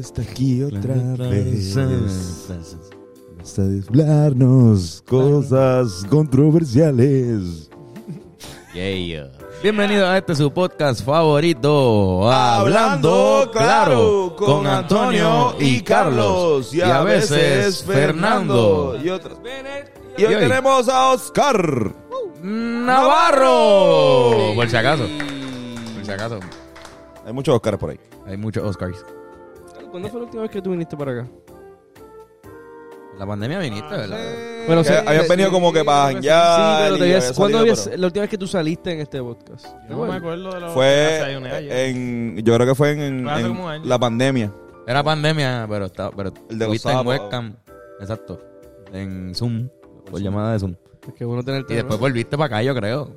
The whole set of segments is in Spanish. está aquí otra vez. Hasta hablarnos cosas controversiales. Yeah. Bienvenido a este su podcast favorito, Hablando Claro, con Antonio y Carlos, y a veces Fernando. Y, otras- Y y hoy hoy- tenemos a Oscar. Navarro. Por si acaso, por si acaso, Hay muchos Oscars por ahí. hay muchos Oscars. ¿Cuándo fue la última vez que tú viniste para acá? La pandemia viniste, ¿verdad? Bueno, eh, Que habías venido como que para janguear Sí, pero y te habías- habías ¿cuándo salido, habías- pero- la última vez que tú saliste en este podcast? Yo no me acuerdo de lo que hace ahí una ayer. Fue en, yo creo que fue en, en- Hace en como un año. la pandemia. Era pandemia, pero estaba, pero El de los estuviste en sábados. webcam, exacto, en Zoom, por llamada de Zoom. Es que bueno tenerte. Y después pues, volviste para acá, yo creo.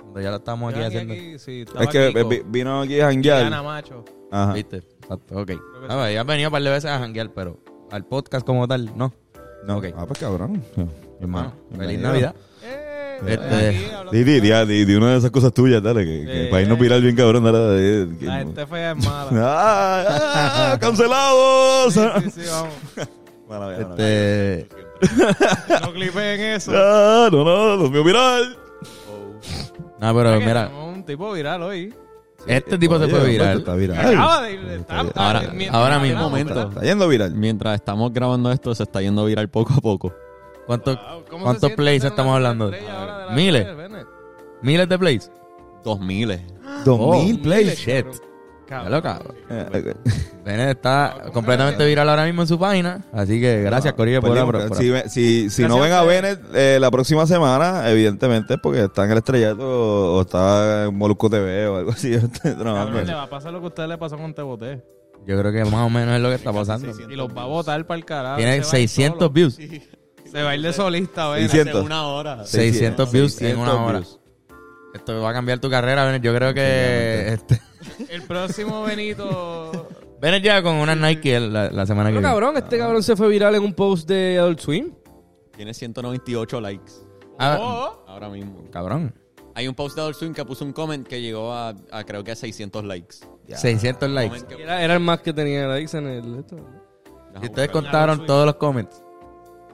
Cuando ya la estábamos Yo aquí aquí, haciendo. aquí, sí, estaba Es que Kiko, vi- vino aquí a janguear. Ana Macho. Ajá. ¿Viste? Exacto, ok. que Ah, ya has venido un par de veces a janguear, pero al podcast como tal, no. No, Ok. Ah, pues cabrón. Hermano, feliz bienvenido. Navidad. Eh, Este- estoy aquí hablando- Di, di, di, di, di una de esas cosas tuyas, dale, que, que Eh. para irnos viral bien cabrón, dale. eh, que- La gente fea es mala. ¡Ah! ah, ¡Cancelados! Ah, Sí, sí, sí, vamos. Mala vida, mala vida. Este, No clipeen eso. Ah, no, no, los míos viral. no, pero Mira que mira, tenemos Un tipo viral hoy. este tipo se Oye, fue Roberto, viral. Está viral. Acaba de ir. está- está- Ahora- mientras Este, ahora hablamos, mismo. momento. ¿verdad? Está yendo viral. Mientras estamos grabando esto, se está yendo viral poco a poco. ¿Cuántos, Wow, ¿cómo se cuántos siente plays ser estamos una hablando? estrella ahora de la Miles, tele, Bennett? miles de plays. Dos miles. Dos Oh. mil plays. Shit. Ya lo cabrón. cabrón. Eh, eh, Bennett está completamente viral ahora mismo en su página. Así Ah, que gracias, no, Corillo, por perdimos, por- por- Pues Si, ve- si, si no Gracias ven a a ustedes. Bennett eh, la próxima semana, evidentemente, es porque está en el estrellato o, o está en Molusco TV o algo así. trabajando. Cabrón, le va a pasar lo que a usted le pasó con Teboté. Yo creo que más o menos es lo que está pasando. Y los va a botar para el carajo. Ah, Tienen Se va a ir 600 solo. views. Se va a ir de solista, Bennett. 600. hora. 600 views en 600 una hora. views. Esto va a cambiar tu carrera, Bennett. Yo creo que... este- El próximo Benito. Bennett llega con una Nike la, la semana que Pero viene. cabrón, este cabrón se fue viral en un post de Adult Swim. Tiene 198 likes Ah, Oh, ahora mismo. Cabrón. Hay un post de Adult Swim que puso un comment que llegó a, a creo que a 600 likes. 600 likes. Comment que- Era, era el más que tenía likes en el. esto. Deja Y ustedes buscar. contaron todos los comments.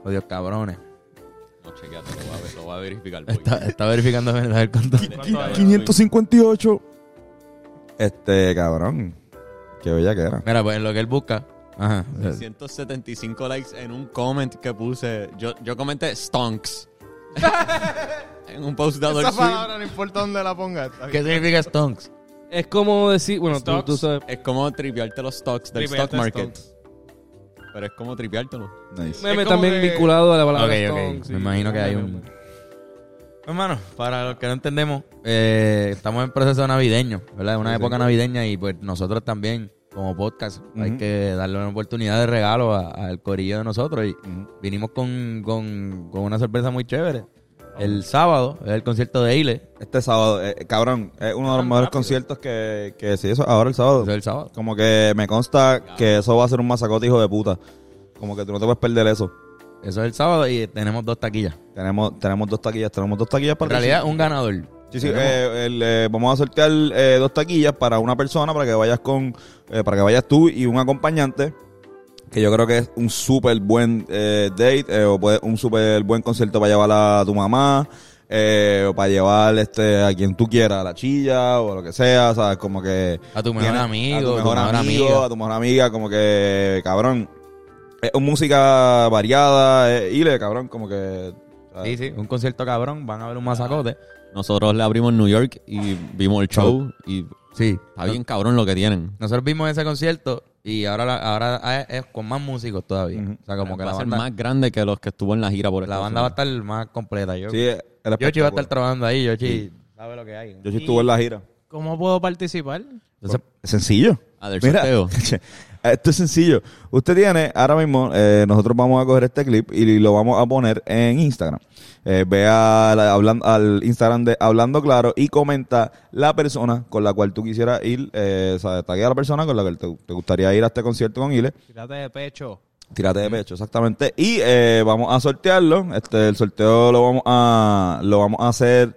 Odios cabrones. No, chequéate, lo va a, ver- lo va a verificar. voy. Está, está verificando a ver el contado. ¿cuánto hay? 558. Este, cabrón. Qué bella que era. Mira, pues en lo que él busca. Ajá. 675 likes en un comment que puse. Yo, yo comenté stonks. en un post de Adult Esa Swim. palabra no importa dónde la pongas. está ¿Qué bien. significa stonks? Es como decir. Bueno, tú, Stocks. tú sabes. Es como tripearte los stocks del Tripearte stock market. stocks. Pero es como tripeártelo. Nice. Meme como también que- vinculado a la palabra. Ok, stonks ok. y- Me imagino que hay un. Hermano, para los que no entendemos, eh, estamos en proceso navideño, ¿verdad? Es una época navideña y pues nosotros también, como podcast, hay Ujú. que darle una oportunidad de regalo a- al corillo de nosotros. Y Ujú. vinimos con, con, con una sorpresa muy chévere. El sábado es el concierto de Ile. Este sábado, eh, cabrón, es uno de los mejores conciertos que, que se hizo ahora el sábado. Eso es el sábado. Como que me consta que eso va a ser un masacote, hijo de puta. Como que tú no te puedes perder eso. Eso es el sábado y tenemos dos taquillas. Tenemos, tenemos dos taquillas, tenemos dos taquillas En para realidad, un ganador. Sí, sí, Tenemos- eh, el, eh, vamos a sortear eh, dos taquillas para una persona, para que vayas con, eh, para que vayas tú y un acompañante, que yo creo que es un súper buen eh, date, eh, o puede- un súper buen concierto para llevar a tu mamá, eh, o para llevar este, a quien tú quieras, a la chilla, o lo que sea, ¿sabes? Como que... a tu mejor Tienes amigo, a tu mejor, amigo, amiga. a tu mejor amiga, como que, cabrón, es un- música variada, eh, ile, cabrón, como que... ¿sabes? Sí, sí, un concierto cabrón, van a ver un masacote. Ah. Nosotros le abrimos en New York y vimos el show y Sí. está bien cabrón lo que tienen. Nosotros vimos ese concierto y ahora la- ahora ah, es, es con más músicos todavía. Ujú. O sea, como que la va a ser banda, más grande que los que estuvo en la gira por la Estados banda va a Unidos. estar más completa. Yo, Sí, el Yoshi va a espectáculo. estar trabajando ahí, Yoshi sabe lo que hay. Yo sí estuve en la gira. ¿Cómo puedo participar? Entonces, Sencillo. Ah, del Mira, sorteo. esto es sencillo. Usted tiene, ahora mismo, eh, nosotros vamos a coger este clip y lo vamos a poner en Instagram. Eh, ve a la- hablan- al Instagram de Hablando Claro y comenta la persona con la cual tú quisieras ir, eh, o sea, taguea a la persona con la que te, te gustaría ir a este concierto con Ile. Tírate de pecho. Tírate de pecho, exactamente. Y eh, vamos a sortearlo. Este, el sorteo lo vamos a, lo vamos a hacer,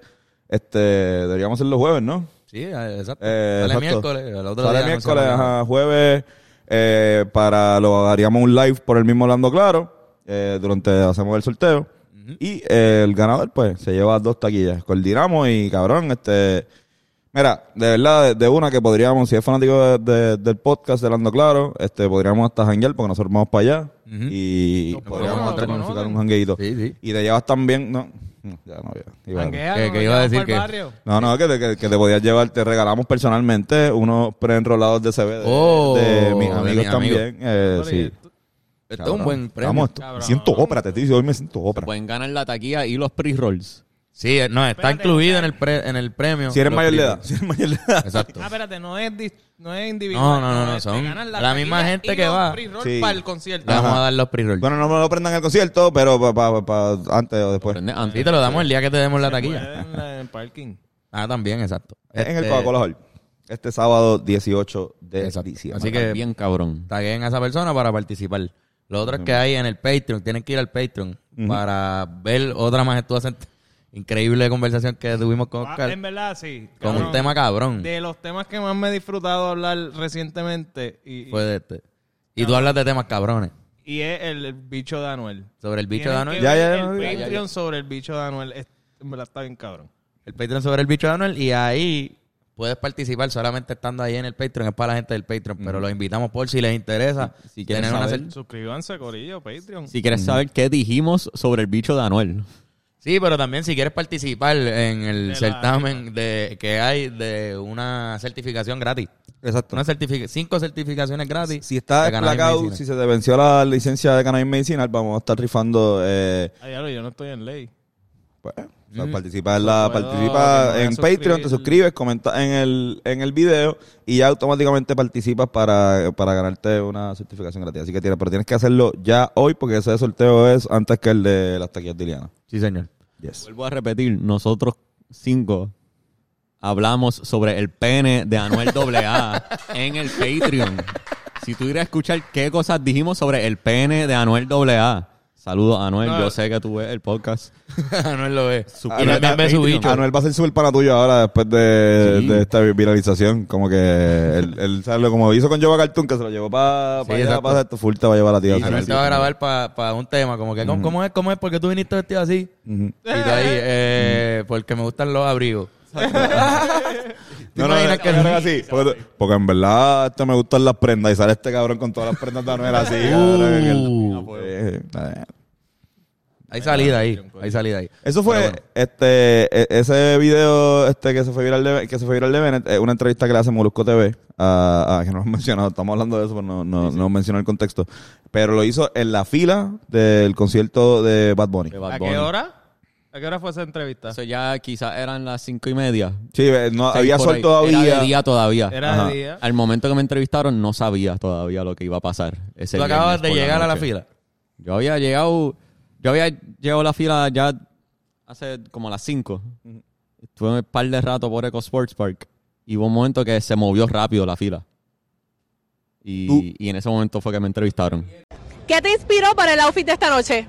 este, deberíamos hacerlo jueves, ¿no? sí, eh, exacto. Eh, Sale exacto. miércoles, el otro Sale día anunciamos miércoles, la- ajá, jueves. eh, para lo haríamos un live por el mismo Hablando Claro eh, durante hacemos el sorteo y eh, el ganador pues se lleva dos taquillas coordinamos y cabrón este mira de verdad de, de una que podríamos si es fanático de- de- del podcast de Hablando Claro este podríamos hasta janguear porque nosotros vamos para allá y pues, podríamos podemos, hasta nos planificar un podemos. jangueito Sí, sí. y te llevas también no no, ya no ya. Iba a- Janguea, ¿Qué- qué nos iba a llevamos decir pa'l que- barrio. no, no, que te, que, que te podías llevar, te regalamos personalmente unos preenrolados de CB de, Oh, de mis de amigos mis amigos. también. eh, Sorry, sí. tú- Esto es Cabrón. un buen premio. Vamos, esto- Cabrón. siento ópera, te estoy diciendo, hoy me siento ópera. Pueden ganar la taquilla y los pre-rolls. Sí, eh, no, está Espérate, incluido en el, pre- en el premio. Si eres Los mayor de edad, primeros. si eres mayor de edad. Exacto. Ah, espérate, no es, dis- no es individual. No, no, no, no, es- te son ganan la misma taquilla gente y que los va. pre-roll Sí. pa'l concierto. Le vamos Ajá. a dar los pre-rolls. Bueno, no me lo prendan al concierto, pero pa, pa, pa- pa- antes o después. Prende Sí, antes. te lo damos el día que te demos la taquilla. En el parking. Ah, también, exacto. En el Este, Coca-Cola Hall. Este sábado 18 de Exacto. diciembre. Así Está que- Bien cabrón. taguen a esa persona para participar. Lo otro es que hay en el Patreon, tienen que ir al Patreon para ver otra majestuosa ent- increíble conversación que tuvimos con Ah, Oscar en verdad, sí. con cabrón. un tema cabrón. De los temas que más me he disfrutado hablar recientemente y, Fue de este. Y tú hablas de temas cabrones. y es el, el bicho de Anuel. Sobre el bicho Tienen de que Anuel. Ya, ya, ver ya, El ya, Patreon ya, sobre el bicho de Anuel. Es- En verdad está bien cabrón. El Patreon sobre el bicho de Anuel. Y ahí puedes participar solamente estando ahí en el Patreon. Es para la gente del Patreon. Pero los invitamos por si les interesa. Si quieren tienen una saber. cer- Suscríbanse, Corillo, Patreon. Si mm. quieres saber qué dijimos sobre el bicho de Anuel. Sí, pero también si quieres participar en el De la- certamen de que hay de una certificación gratis. Exacto. Una certific- cinco certificaciones gratis. Si está de Cannabis desplacado, Medicinal. si se te venció la licencia de cannabis medicinal, vamos a estar rifando. Eh, Ay, claro, Ah, yo no estoy en ley. Pues, pues, participa en la- Puedo, participa que me en voy a Patreon, te suscribir. suscribes, comenta en el, en el video y ya automáticamente participas para, para ganarte una certificación gratis. Así que tienes, pero tienes que hacerlo ya hoy porque ese sorteo es antes que el de las taquillas de Iliana. Sí, señor. Yes. Vuelvo a repetir, nosotros cinco hablamos sobre el pene de Anuel AA en el Patreon. Si tú irás a escuchar qué cosas dijimos sobre el pene de Anuel AA. Saludos, Anuel. Yo sé que tú ves el podcast. no lo es. Su- Y también ve su bicho. Ah, Anuel va a ser súper pana tuyo ahora después de, Sí. de esta viralización. Como que él, él ¿sabes? lo- como hizo con Jova Cartoon, que se lo llevó para Sí, para allá, exacto. para esto, full te va a llevar a ti. Anuel te va a grabar para un tema, como que, ¿cómo, cómo es? ¿Cómo es? ¿Por qué tú viniste vestido así? Ujú. Y tú ahí, eh, porque me gustan los abrigos. ¿Te No, no, imaginas no, que- que así. Porque, porque en verdad este me gustan las prendas y sale este cabrón con todas las prendas de Anuel así. cabrón, en el- Uh. Eh, eh. Hay salida ahí, hay salida ahí. Eso fue Pero bueno. este e- ese video este que se fue viral de, que se fue viral de Bennett, eh, una entrevista que le hace Molusco TV a, a- que no lo han mencionado, estamos hablando de eso, pero no no, no mencionó el contexto, pero lo hizo en la fila del concierto de Bad Bunny. de Bad ¿A Bunny. qué hora? ¿A qué hora fue esa entrevista? Eso ya quizás eran las cinco y media. Sí, eh, no Seis había por sol ahí. todavía. Era de día todavía. Era Ajá. de día. Ah, Al momento que me entrevistaron no sabía todavía lo que iba a pasar. ese Tú acabas viernes de por llegar a la noche. fila. Yo había llegado, yo había llegado a la fila ya hace como a las 5. Estuve un par de rato por Eco Sports Park y hubo un momento que se movió rápido la fila. Tú- Y, y en ese momento fue que me entrevistaron. ¿Qué te inspiró para el outfit de esta noche?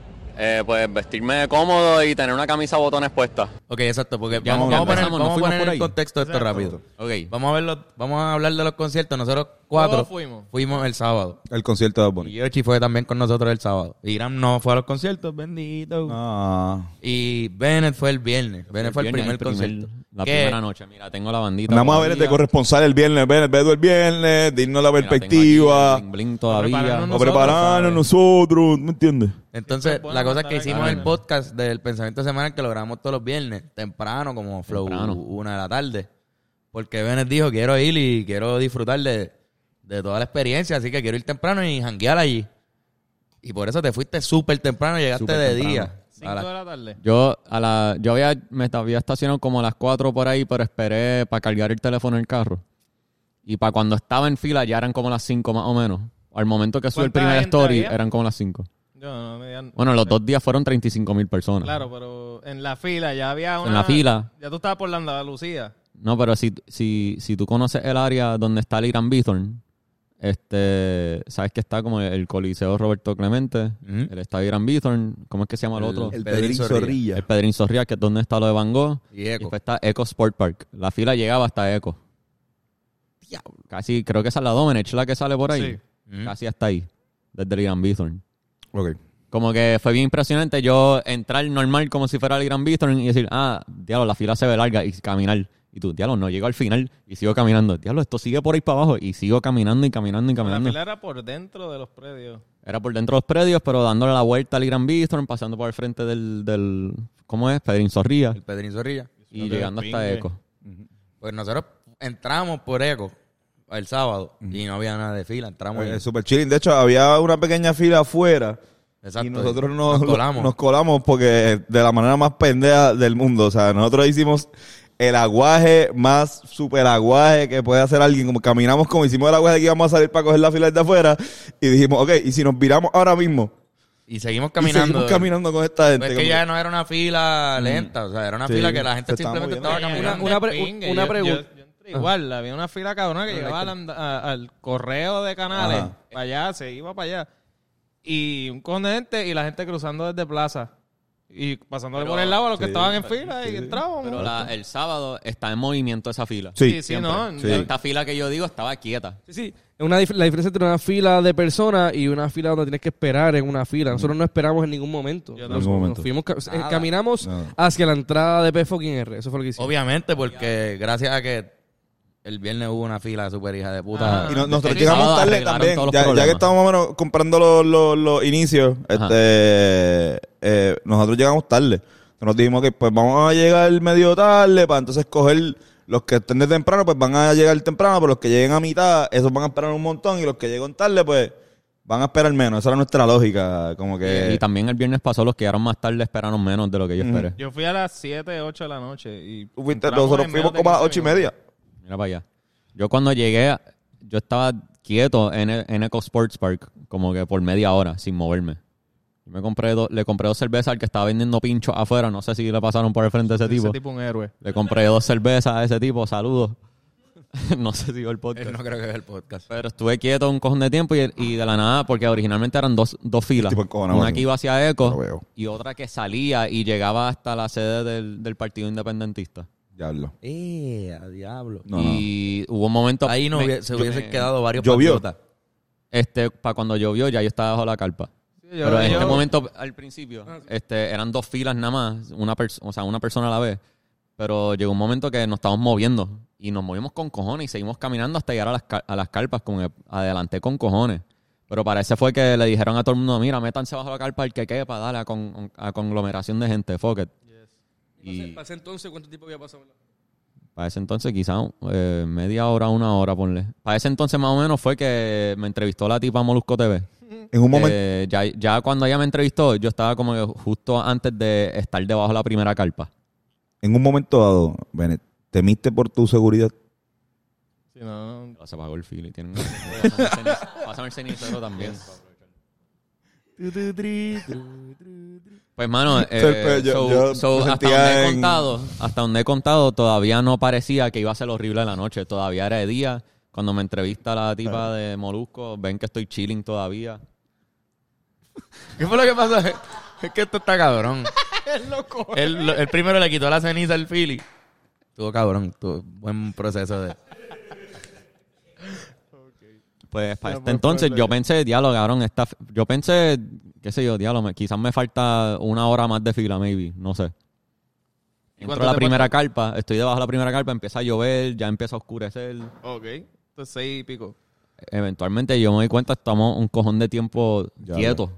pues vestirme cómodo y tener una camisa botones puesta. Ok, exacto, porque Ya, vamos, vamos ya a poner, vamos empezamos, a nos fuimos poner por en ahí. contexto esto rápido. Ok. Vamos a verlo, vamos a hablar de los conciertos. Nosotros cuatro Todos fuimos. el sábado. El concierto de Bad Y Bunny. Yoshi fue también con nosotros el sábado. Irán no fue a los conciertos, bendito. Ah. Y Bennett fue el viernes. Bennett fue el primer, viernes, primer- concierto. La Que- primera noche. Mira, tengo la bandita. Vamos a todavía. ver este corresponsal el viernes, ven, ven el viernes, dinos la Mira, tengo aquí perspectiva, el bling bling todavía. Preparándonos o prepararnos nosotros, ¿me entiendes? Entonces, Bueno, la cosa es que estar aquí. hicimos el Bueno. Ah, podcast del pensamiento semanal que lo grabamos todos los viernes, temprano, como Flow, Temprano. una de la tarde. Porque Bennett dijo, quiero ir y quiero disfrutar de, de toda la experiencia, así que quiero ir temprano y janguear allí. Y por eso te fuiste súper temprano, llegaste Súper de temprano. día. Cinco A la- de la tarde. Yo a la, yo había, me había estacionado como a las 4 por ahí, pero esperé para cargar el teléfono en el carro. Y para cuando estaba en fila ya eran como las 5 más o menos. Al momento que subí el ¿Cuánta primer gente story había? eran como las 5. Yo no, me digan- Bueno, los dos días fueron 35 mil personas. Claro, pero en la fila ya había una. En la fila. Ya tú estabas por la Andalucía. No, pero si, si, si tú conoces el área donde está el Irán Bithorn, este, sabes que está como el Coliseo Roberto Clemente, Ujú. el Estadio Irán Bithorn, ¿cómo es que se llama el, El- otro? Pedrín El Pedrín Zorrilla. Zorrilla. El Pedrín Sorría, que es donde está lo de Van Gogh. Y Eco. Y después está Eco Sport Park. La fila llegaba hasta Eco. Casi, creo que esa es la Domenech, la que sale por ahí. Sí. Mm. Casi hasta ahí. Desde el Gran Bithorn. Ok. Como que fue bien impresionante yo entrar normal como si fuera el Gran Bithorn y decir, ah, diablo, la fila se ve larga y caminar. Y tú, diablo, no llego al final y sigo caminando. Diablo, esto sigue por ahí para abajo y sigo caminando y caminando y La caminando. fila era por dentro de los predios. Era por dentro de los predios, pero dándole la vuelta al Gran Bithorn, pasando por el frente del, del ¿cómo es? Pedrín Zorrilla El Pedrín Zorrilla. y llegando hasta pingue. Eco. Pues nosotros entramos por Eco el sábado y no había nada de fila, entramos y- Eh, super chilling. De hecho, había una pequeña fila afuera. Exacto. Y nosotros nos, Nos colamos. nos colamos porque de la manera más pendeja del mundo. O sea, nosotros hicimos el aguaje más super aguaje que puede hacer alguien. Como caminamos como hicimos el aguaje de que íbamos a salir para coger la fila de afuera. Y dijimos, ok, y si nos viramos ahora mismo. y seguimos Y caminando. eh. seguimos caminando con esta gente. Pues es como que ya no era una fila lenta, o sea, era una Sí, fila que la gente se estaba simplemente moviendo. estaba Oye, caminando. una- había un pre- despingue. una Yo- pregunta. yo- yo entré Igual, había una fila cabrona que llegaba al, anda- a- al correo de canales, Ajá. para allá, se iba para allá. Y un cojón de gente y la gente cruzando desde plaza. Y pasándole por el lado a los que sí, estaban en fila y entrábamos. Pero la- el sábado está en movimiento esa fila. Sí, sí, sí, no. Sí. Esta fila que yo digo estaba quieta. Sí, sí. Una dif- la diferencia entre una fila de personas y una fila donde tienes que esperar en una fila. Nosotros no esperamos en ningún momento. Yo tampoco. Nos- nos momento. fuimos ca- o sea, Nada. caminamos Nada. hacia la entrada de P fucking R. Eso fue lo que hicimos. Obviamente, porque gracias a que el viernes hubo una fila super hija de puta. Y no- nosotros Sí, llegamos sábado tarde arreglaron también. todos los Ya, ya problemas. que estábamos más o menos comprando los, los- los inicios, Ajá. este, eh, nosotros llegamos tarde. Nos dijimos que pues vamos a llegar medio tarde para entonces coger los que estén de temprano, pues van a llegar temprano, pero los que lleguen a mitad, esos van a esperar un montón y los que lleguen tarde, pues van a esperar menos. Esa era nuestra lógica, como que... Y también el viernes pasó, los que llegaron más tarde esperaron menos de lo que yo esperé. Yo fui a las 7, 8 de la noche. Y Fuiste- entramos nosotros en fuimos menos de como a las 15 ocho y minutos. media. Mira para allá. Yo cuando llegué, yo estaba quieto en, e- en Eco Sports Park, como que por media hora, sin moverme. Yo me compré do- le compré dos cervezas al que estaba vendiendo pinchos afuera. No sé si le pasaron por el frente a ese tipo. Ese tipo un héroe. Le compré dos cervezas a ese tipo. Saludos. no sé si vio el podcast. Él no creo que vea el podcast. Pero estuve quieto un cojón de tiempo y, y de la nada, porque originalmente eran dos, dos filas. Tipo encojonado, Una así. que iba hacia Lo Eco veo. y otra que salía y llegaba hasta la sede del, del Partido Independentista. Diablo. Eh, a diablo. No, y hubo un momento... Ahí no me- hubiese- se yo- hubiesen me- quedado varios Llovió. patriotas. Este, para cuando llovió, ya yo estaba bajo la carpa. Yo- Pero en yo- este momento, al principio, este, eran dos filas nada más, una pers- o sea, una persona a la vez. Pero llegó un momento que nos estábamos moviendo y nos movimos con cojones y seguimos caminando hasta llegar a las, car- a las carpas, como que adelanté con cojones. Pero parece fue que le dijeron a todo el mundo, mira, métanse bajo la carpa el que quepa, dale a, con- a conglomeración de gente, fuck it". Y Para ese entonces, ¿cuánto tiempo había pasado? para ese entonces quizás media hora, una hora, ponle. Para ese entonces más o menos fue que me entrevistó la tipa Molusco TV. En un momento... Eh, ya, ya cuando ella me entrevistó, yo estaba como que justo antes de estar debajo de la primera carpa. En un momento dado, Bennett, temiste por tu seguridad. Sí, no, no. Se apagó el fili. Tienen... Pásame el cenicero también. Pues, mano, eh, Yo- so- yo so, me hasta, sentía donde he en- contado, hasta donde he contado, todavía no parecía que iba a ser horrible la noche. Todavía era de día. Cuando me entrevista la tipa de Molusco, ven que estoy chilling todavía. ¿Qué fue lo que pasó? Es que esto está cabrón. El, el primero le quitó la ceniza al Philly. Estuvo cabrón, tuvo buen proceso de. Pues para este entonces yo pensé, diálogo, cabrón, esta, f- yo pensé, qué sé yo, diálogo, me- quizás me falta una hora más de fila, maybe, no sé. Entro cuánto a la te primera carpa, estoy debajo de la primera carpa, empieza a llover, ya empieza a oscurecer. Ok. Entonces, seis y pico. Eventualmente yo me doy cuenta, estamos un cojón de tiempo Ya, quietos,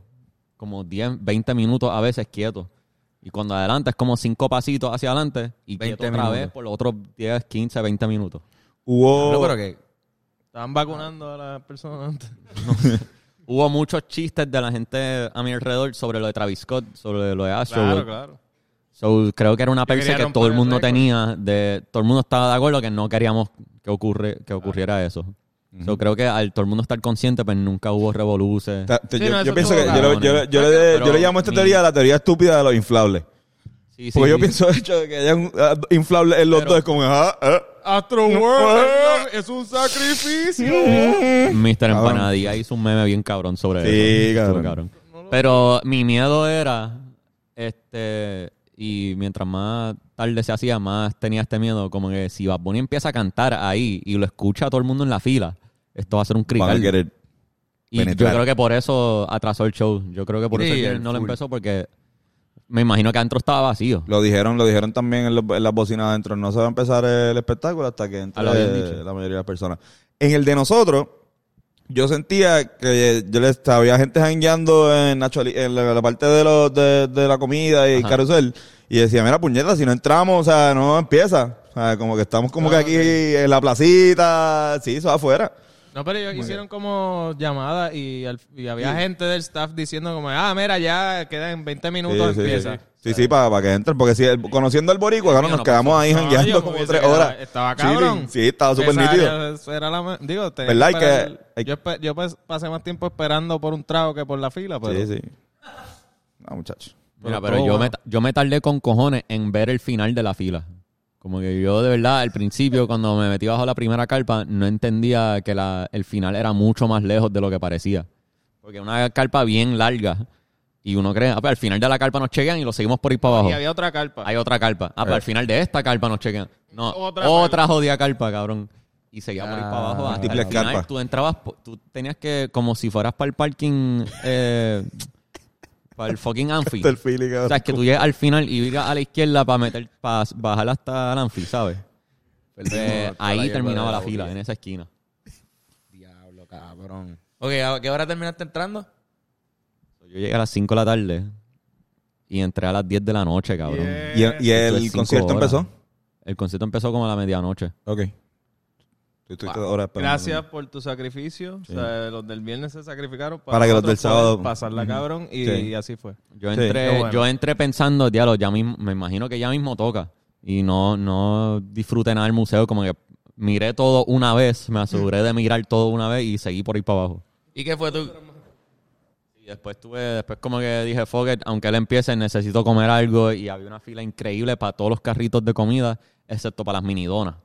como 10, 20 minutos a veces quietos. Y cuando adelante es como cinco pasitos hacia adelante y 20 quieto otra vez minutos. por los otros 10, 15, 20 minutos. Hubo... No, pero que. Oh. Estaban vacunando a las personas antes. Hubo muchos chistes de la gente a mi alrededor sobre lo de Travis Scott, sobre lo de Astro Claro, claro. So, creo que era una Que persa quería que romper todo el el mundo récord. tenía, de todo el mundo estaba de acuerdo que no queríamos que ocurre que ocurriera eso. So, creo que al todo el mundo estar consciente, pues nunca hubo revoluces. Ta- te- Sí, yo, no, yo eso pienso que estuvo yo, le- cabrón, yo le- eh. yo le, Pero yo le llamo a esta mi- teoría la teoría estúpida de los inflables. Sí, sí, Porque pues yo pienso, sí. de hecho, de que hayan ah, inflables en los dos. Es como, ah, ah. Astro World es un sacrificio. Mr. Cabrón. Empanadilla hizo un meme bien cabrón sobre Sí, eso. cabrón. Estuvo Pero mi miedo era, este, y mientras más tarde se hacía, más tenía este miedo, como que si Bad Bunny empieza a cantar ahí y lo escucha todo el mundo en la fila, esto va a ser un Van a crical. querer. Y Penetrar. yo creo que por eso atrasó el show. Yo creo que por eso Sí, el viernes el no lo full. empezó porque me imagino que adentro estaba vacío. Lo dijeron, lo dijeron también en, los- en las bocinas adentro. No se va a empezar el espectáculo hasta que entre Ah, lo habían dicho. la mayoría de las personas. En el de nosotros, yo sentía que yo les había gente jangueando en, Nacho Ali- en la, la parte de, los, de, de la comida y el Ajá. carrusel. Y decía, mira, puñeta, si no entramos, o sea, no empieza. O sea, como que estamos como que Ah, aquí en la placita, sí, eso va afuera. No, pero ellos hicieron como llamadas y, al- y había gente del staff diciendo como, ah, mira, ya quedan 20 minutos, sí, sí, empieza. sí. Sí, sí, para, para que entren, porque si el- conociendo al boricua, claro, mío nos no quedamos ahí No, yo jangueando me como hubiese tres quedado- horas. Estaba Chilling. cabrón. Sí, estaba súper Esa nítido. área Era la, me- digo, tenía ¿Verdad? que Hay que- esperar- hay- Yo, espe- yo pas- pasé más tiempo esperando por un trago que por la fila, pero... Sí, sí. Ah, muchachos. Pero Mira, pero todo yo, me, bueno. ta- yo me tardé con cojones en ver el final de la fila. Como que yo de verdad al principio cuando me metí bajo la primera carpa no entendía que la- el final era mucho más lejos de lo que parecía. Porque una carpa bien larga y uno cree, ah, pero al final de la carpa nos chequean y lo seguimos por ir para abajo. Y había otra carpa. Hay otra carpa. Ah, pero Eh. al final de esta carpa nos chequean. No, Otra otra, jodida carpa, cabrón. Y seguíamos por ir para Ah, abajo. Hasta múltiples el final, carpas. Tú entrabas, po- tú tenías que, como si fueras para el parking, eh, para el fucking Anfi. Está el feeling, O sea, es que tú llegas al final y llegas a la izquierda para meter, para bajar hasta el Anfi, ¿sabes? Eh, hasta la ahí hierba terminaba de la la fila, boquilla. en esa esquina. Diablo, cabrón. Ok, ¿a qué hora terminaste entrando? Yo llegué a las 5 de la tarde y entré a las 10 de la noche, cabrón. Eh, ¿Y, el- y Estuve el cinco concierto horas. empezó? El concierto empezó como a la medianoche. Ok. Tú estuviste horas esperando. Gracias por tu sacrificio. O sea, los del viernes se sacrificaron Para que los del nosotros poder sábado- Pasarla, Ujú. cabrón, y, Sí. y así fue. Yo Sí. entré, Qué bueno. yo entré pensando, diablo, ya mismo, me imagino que ya mismo toca. Y no, no disfruté nada del museo, como que miré todo una vez, me aseguré de mirar todo una vez y seguí por ahí para abajo. ¿Y qué fue tú? Y después tuve, después como que dije, fuck it, aunque él empiece, necesito comer algo. Y había una fila increíble para todos los carritos de comida, excepto para las minidonas.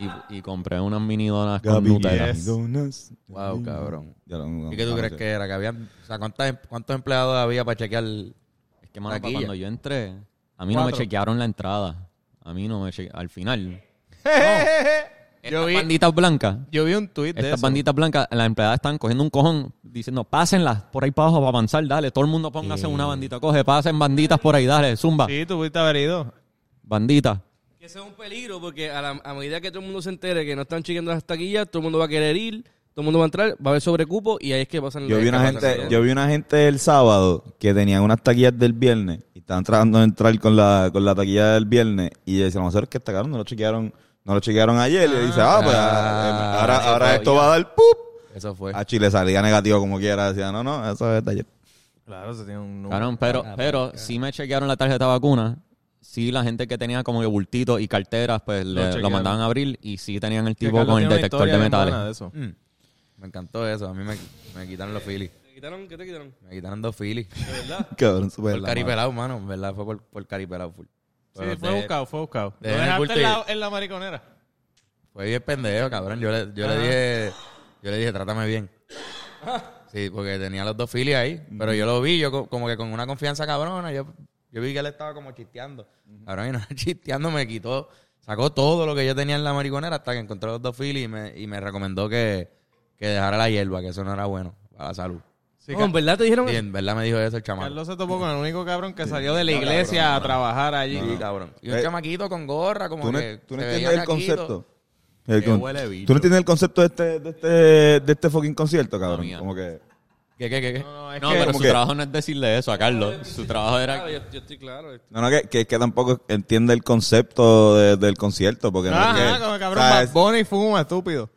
Y, y compré unas minidonas con Oh. Gaby, Nutella. yes. Donuts. Wow, cabrón. Ya lo- no, ¿Y qué tú no crees sé. que era? Que habían, o sea, ¿cuántas- em-, ¿cuántos empleados había para chequear? Es que, mano, pa- Taquilla. cuando yo entré, a mí no me Cuatro. chequearon la entrada. A mí no me chequearon, al final. yo, Estas vi, banditas blancas. yo vi un tuit de Estas eso. banditas blancas, las empleadas están cogiendo un cojón diciendo, pásenlas por ahí para abajo para avanzar, dale, todo el mundo póngase una bandita, coge, pasen banditas por ahí, dale, zumba, Sí, tú pudiste haber ido. bandita. Que eso es un peligro porque a, la- a medida que todo el mundo se entere que no están chequeando las taquillas, todo el mundo va a querer ir, todo el mundo va a entrar, va a haber sobrecupo y ahí es que pasan Yo vi, una las cosas, gente, ¿no? yo vi una gente el sábado que tenían unas taquillas del viernes y estaban tratando de entrar con la, con la taquilla del viernes y decían, nosotros que está cabrón, no lo chequearon, no lo chequearon ayer. y dice, ah, pues Ah, ah, ahora, eso Pues. ahora esto todavía. va a dar pup. Eso fue. Ah. A Chile salía negativo como quiera. Decía, no, no, eso es de ayer. Claro, se tiene un... Cabrón, pero, pero sí me chequearon la tarjeta de vacuna, sí la gente que tenía como que bultitos y carteras, pues le- lo, chequearon. mandaban a abrir y sí tenían el Que tipo Carlos con el tiene una detector historia de bien metales. buena de eso. Mm. Me encantó eso. A mí me, me quitaron los filis. ¿Te quitaron? ¿Qué te quitaron? Me quitaron dos filis. Cabrón, súper Por la caripelado, mano. En verdad, fue por, por caripelado full. Sí, Pero fue de- buscado, fue buscado. de- Lo en el dejaste bulto en la, y- en la mariconera. Fue bien pendejo, cabrón. Yo le, yo le Ajá. dije, yo le dije, trátame bien. Sí, porque tenía los dos filis ahí. Pero yo lo vi, yo co- como que con una confianza cabrona. Yo, yo vi que él estaba como chisteando. Cabrón, y no chisteando me quitó, sacó todo lo que yo tenía en la mariconera hasta que encontró los dos filis y me, y me recomendó que, que dejara la hierba, que eso no era bueno para la salud. Sí, No, Ca- ¿En verdad te dijeron? Y en verdad me dijo eso el chamaco. Carlos se topó con el único cabrón que salió de la iglesia a trabajar allí. Sí, cabrón. Y un Eh, chamaquito con gorra, como ¿Tú no, que. tú no se entiendes veía el caquito. concepto? El Qué con- huele ¿Tú bicho. no entiendes el concepto de este, de este, de este fucking concierto, cabrón? mía. Como que... ¿Qué, qué, qué? qué? No, no, es No, que pero como su que- trabajo no es decirle eso a Carlos, su trabajo era... Claro, yo, yo estoy claro. No, no, que, que, que tampoco entiende el concepto de- del concierto, porque no es Ajá, que- como que, o cabrón, sea, Bad es- Bunny fuma, estúpido.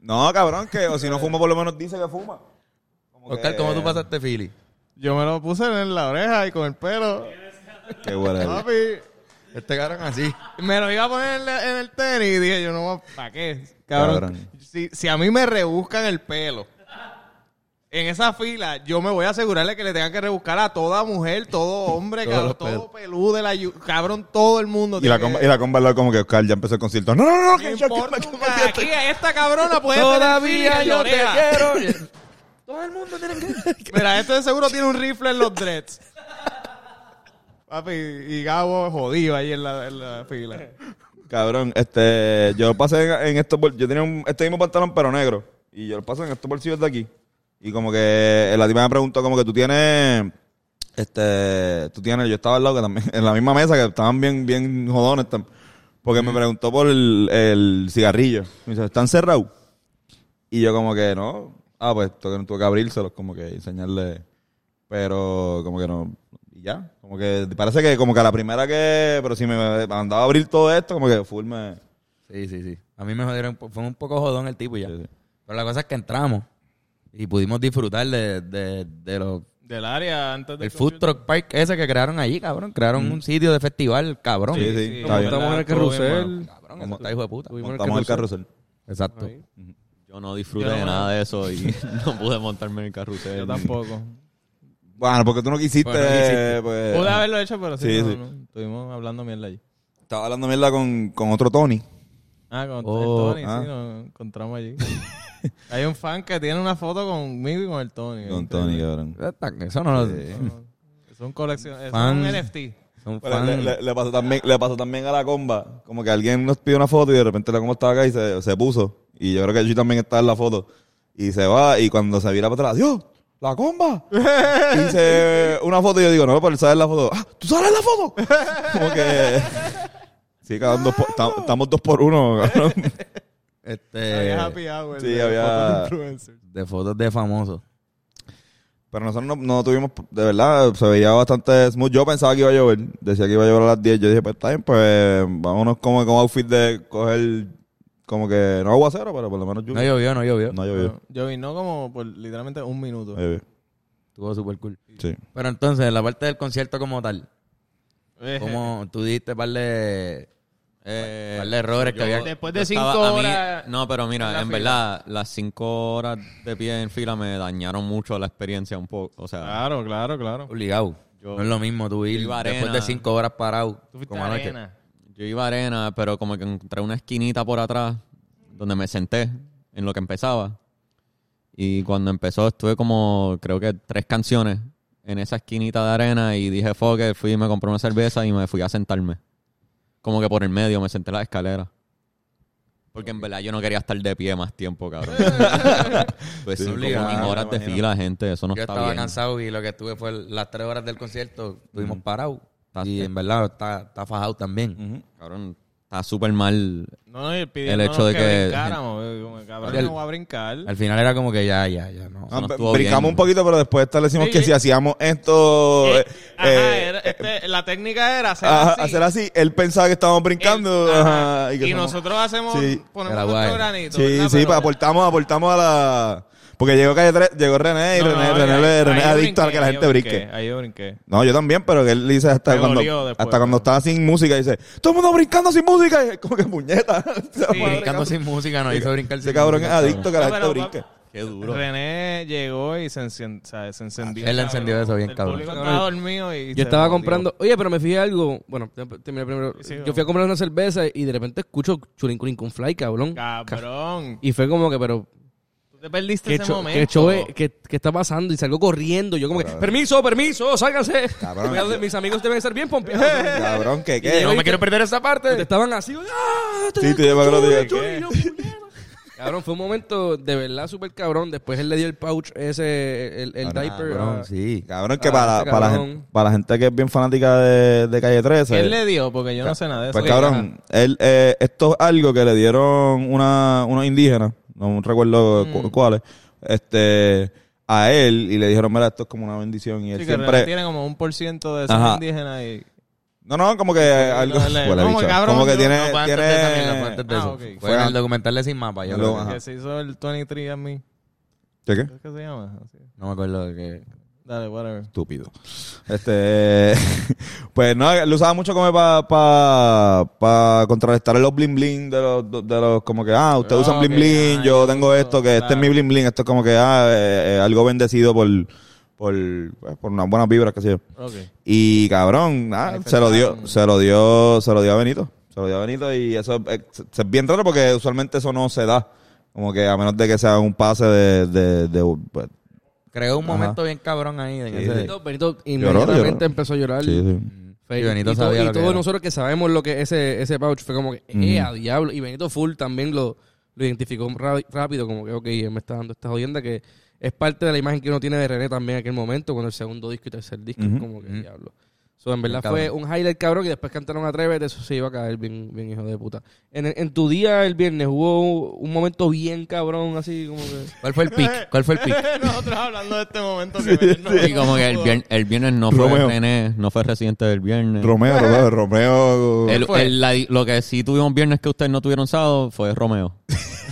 No, cabrón, que o si no fuma, por lo menos dice que fuma. Como Oscar, que- ¿cómo tú pasaste Philly? Yo me lo puse en la oreja y con el pelo. Qué huele bicho. Papi, Este cabrón así. me lo iba a poner en, la- en el tenis y dije, yo no, ¿para qué? Cabrón, Cabrón. Si, si a mí me rebuscan el pelo en esa fila, yo me voy a asegurarle que le tengan que rebuscar a toda mujer, todo hombre, Todos cabrón, los todo peludo de la... yu- Cabrón, todo el mundo. Y la, tiene comba, que- y la comba al lado como que Oscar ya empezó el concierto. No, no, no, No que yo- que importa me- que un me- carajo, aquí a esta cabrona puede Todavía tener yo te quiero. quiero. Mira, este de seguro tiene un rifle en los dreads. Papi, y Gabo jodido ahí en la, en la fila. Cabrón, este, yo pasé en, en estos bol- yo tenía un- este mismo pantalón pero negro y yo lo pasé en estos bolsillos de aquí. Y como que la tipa me preguntó como que tú tienes este tú tienes yo estaba al lado que también en la misma mesa que estaban bien bien jodones tam- porque me preguntó por el, el cigarrillo. Me dice, "¿Están cerrados?" Y yo como que no. Ah, pues tuve, tuve que abrírselos como que enseñarle pero como que no y ya, como que parece que como que a la primera que pero si me mandaba a abrir todo esto como que full me Sí, sí, sí. A mí me jodieron. po- Fue un poco jodón el tipo y ya. Sí, sí. Pero la cosa es que entramos y pudimos disfrutar de, de, de los Del área antes de. el food truck park ese que crearon allí, cabrón. Crearon un sitio de festival, cabrón. Sí, sí, Sí, está bien. montamos en el Todo bien, carrusel. Cabrón, eso está hijo de puta. Tuvimos Montamos el carrusel. Exacto. Yo no disfruté Yo no, de nada de eso y no pude montarme en el carrusel. Yo tampoco. Bueno, porque tú no quisiste, Bueno, no quisiste. pues, Pude haberlo hecho, pero sí. Sí, no, sí. no. Estuvimos hablando mierda allí. Estaba hablando mierda con, con otro Tony. Ah, con Oh, el Tony, ah. sí, nos encontramos allí. Hay un fan que tiene una foto conmigo y con el Tony. Con Tony, cabrón. Eso no lo Es un colección, es Fan. un eh, NFT. Son Pero fan. Pues, le, le- le pasó también, le pasó también a la comba. Como que alguien nos pidió una foto y de repente la comba estaba acá y se, se puso. Y yo creo que yo también estaba en la foto. Y se va y cuando se vira para atrás, ¡Dios! ¡La comba! Hice una foto y yo digo, no, pero él sale en la foto. ¡Ah! ¡Tú sales en la foto! Como que... Sí, cabrón, dos por- ta- estamos dos por uno, cabrón. Este, Había happy hour. sí, de había- fotos de influencers. de fotos de famosos. Pero nosotros no, no tuvimos, de verdad, se veía bastante smooth. Yo pensaba que iba a llover, decía que iba a llover a las 10. Yo dije, pues está bien, pues vámonos como con outfit de coger, como que no aguacero, pero por lo menos No lluvia. llovió, no llovió. No llovió. Yo vino como por literalmente un minuto. No llovió. Estuvo súper cool. Sí. Pero entonces, en la parte del concierto como tal, Eh, como tú diste par de, Eh, par de errores que yo- había. Después de yo estaba- cinco a mí- horas no, pero mira, en en, la fila. verdad, las cinco horas de pie en fila me dañaron mucho la experiencia un poco. O sea, Claro, claro, claro. Obligado. no es lo mismo tú ir yo iba a después arena. de cinco horas parado. Tú fuiste como a anoche. arena. yo iba a arena, pero como que encontré una esquinita por atrás donde me senté en lo que empezaba. Y cuando empezó estuve como, creo que tres canciones en esa esquinita de arena y dije, fuck it", fui, me compré una cerveza y me fui a sentarme. Como que por el medio, me senté en la escalera. Porque en verdad yo no quería estar de pie más tiempo, cabrón. pues Sí, cinco obligado, fucking me horas de imagino. fila, gente, eso no Yo está estaba bien. cansado y lo que estuve fue las tres horas del concierto, estuvimos parados. Y en verdad está, está fajado también. Cabrón, está súper mal. No, no, y pidiendo El hecho de que- brincáramos. eh, Como, cabrón, Oye, el- no voy a brincar. Eh, Al final era como que ya, ya, ya no. Ah, no pe- estuvo brincamos bien. un poquito, pero después establecimos Sí, que sí. si hacíamos esto, Eh, eh, ajá, eh, era- este, la técnica era hacer ajá, así. hacer así, él pensaba que estábamos brincando. El- ajá, ajá. y que y somos- nosotros hacemos, Sí. ponemos Era nuestro guay. granito. Sí, ¿verdad? sí, pues, Pero- aportamos, aportamos a la... Porque llegó Calle 3, llegó René y No, no, eh, René, ahí- René, ahí- René es ahí yo adicto a que la ahí gente yo brinque. Ahí yo brinqué. No, yo también, pero que él dice hasta Me cuando dolió después, hasta cuando pero- estaba sin música dice, todo el mundo brincando sin música, y es como que puñeta. Se va brincando Brincando sin música, no hizo brincar Ese sin cabrón es música, adicto que la No, gente pero- brinque. Qué duro. René llegó y se, encien- o sea, se encendió. Él encendió eso bien, El cabrón. público estaba dormido y se Yo estaba motivó. comprando. Oye, pero me fijé algo. Bueno, te- terminé primero. Sí, sí, Yo fui a comprar una cerveza y de repente escucho chulín culín con fly, cabrón. Cabrón. Y fue como que, pero. Tú te Este perdiste ¿Qué, ese cho- momento. qué, choe- qué- qué está pasando? Y salgo corriendo. Yo, como que, permiso, permiso, sálganse. Cabrón. Cuidado, Mis amigos deben estar bien pompeados. eh, Cabrón, que Y yo qué. vi que perder esa parte. Estaban así. ¡Ah! Sí, tú llevas que lo diga. Chulín, yo, puñeta. Cabrón, fue un momento de verdad súper cabrón. Después él le dio el pouch ese, el, el diaper. Cabrón, ah, sí. Cabrón, que Ah, para, ese para, la cabrón. gente, para la gente que es bien fanática de, de Calle 13. ¿Quién le dio? Porque yo no sé nada de eso. Pues cabrón, él, eh, esto es algo que le dieron una, unos indígenas, no recuerdo Mm. cu- cuáles, este, a él y le dijeron, mira, esto es como una bendición y él Sí, que René siempre... tiene como un por ciento de esos Ajá. indígenas y... No, no, como que algo... dale. Huele Como, bicho. cabrón, Como que yo- tiene... No fue antes de esa mierda, fue antes tiene... de Ah, eso. ok. Fue en Fue el documental de Sin Mapa. Yo Luego, creo que- ajá. Que se hizo el 23 a mí. ¿Qué qué? ¿Qué se llama? Así. No me acuerdo de qué. Dale, whatever. Estúpido. Este... pues no, lo usaba mucho como para pa, pa contrarrestar los bling bling de los, de los... Como que, ah, ustedes usan Ah, bling ok, bling, yo ah, yo tengo uso, esto, que este es claro. mi bling bling, esto es como que, ah, eh, eh, algo bendecido por... Por, pues, por unas buenas vibras, que sé yo. Ok. Y cabrón, ah, se lo dio, se lo dio, se lo dio a Benito. Se lo dio a Benito y eso eh, se- se- es bien raro porque usualmente eso no se da. Como que a menos de que sea un pase de... de, de- pues, Creó un Ajá. momento bien cabrón ahí. En Sí, ese... sí. Benito, Benito Lloró, inmediatamente lloró. empezó a llorar. sí, sí. Mm. Fe- Y Benito todo- sabía y lo que todos era. nosotros que sabemos lo que ese ese pouch fue como que, eh, a diablo. Y Benito Full también lo, lo identificó ra- rápido, como que, ok, él me está dando esta jodienda que es parte de la imagen que uno tiene de René también en aquel momento, con el segundo disco y tercer disco, es como que diablo. So, en verdad fue un highlight cabrón y después cantaron Atrévete, eso se iba a caer bien, bien hijo de puta. En, en tu día el viernes hubo un momento bien cabrón, así como que... ¿Cuál fue el pick? ¿Cuál fue el pick? Nosotros hablando de este momento que Belén no- Y como que el, vier- el viernes no fue Romeo. René, no fue residente del viernes. Romeo, Romeo, Romeo. El- el- la- lo que sí tuvimos viernes que ustedes no tuvieron sábado fue Romeo.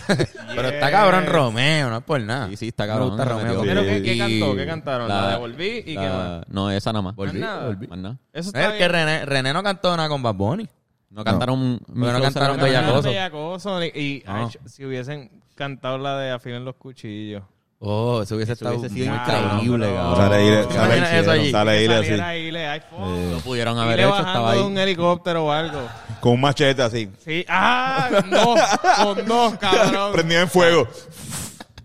Pero está cabrón Romeo, no es por nada. Y sí, está Me cabrón. gusta se Romeo. metió. Pero ¿qué, qué Y- cantó? ¿Qué cantaron? La, la- devolví y la- qué más. No, esa nada más. Volví, Más nada. volví. Más nada. Eso No, es está que bien. René, René no cantó nada con Bad Bunny. No cantaron. Bueno, no micro- cantaron cerrado. Bellacoso. Bellacoso, ni- Y Ah. ay, si hubiesen cantado la de Afilen los cuchillos. Oh, eso hubiese Eso estado hubiese sido Nah, increíble, no. cabrón. Sale Ile, No, sale imagina eso allí. Ile, sale Ile Saliera así. ahí, le- ay, fuck. Lo pudieron Y haber le hecho, bajando estaba de ahí. un helicóptero o algo. Con un machete así. Sí, ah, con dos, con dos, cabrón. Prendido en fuego.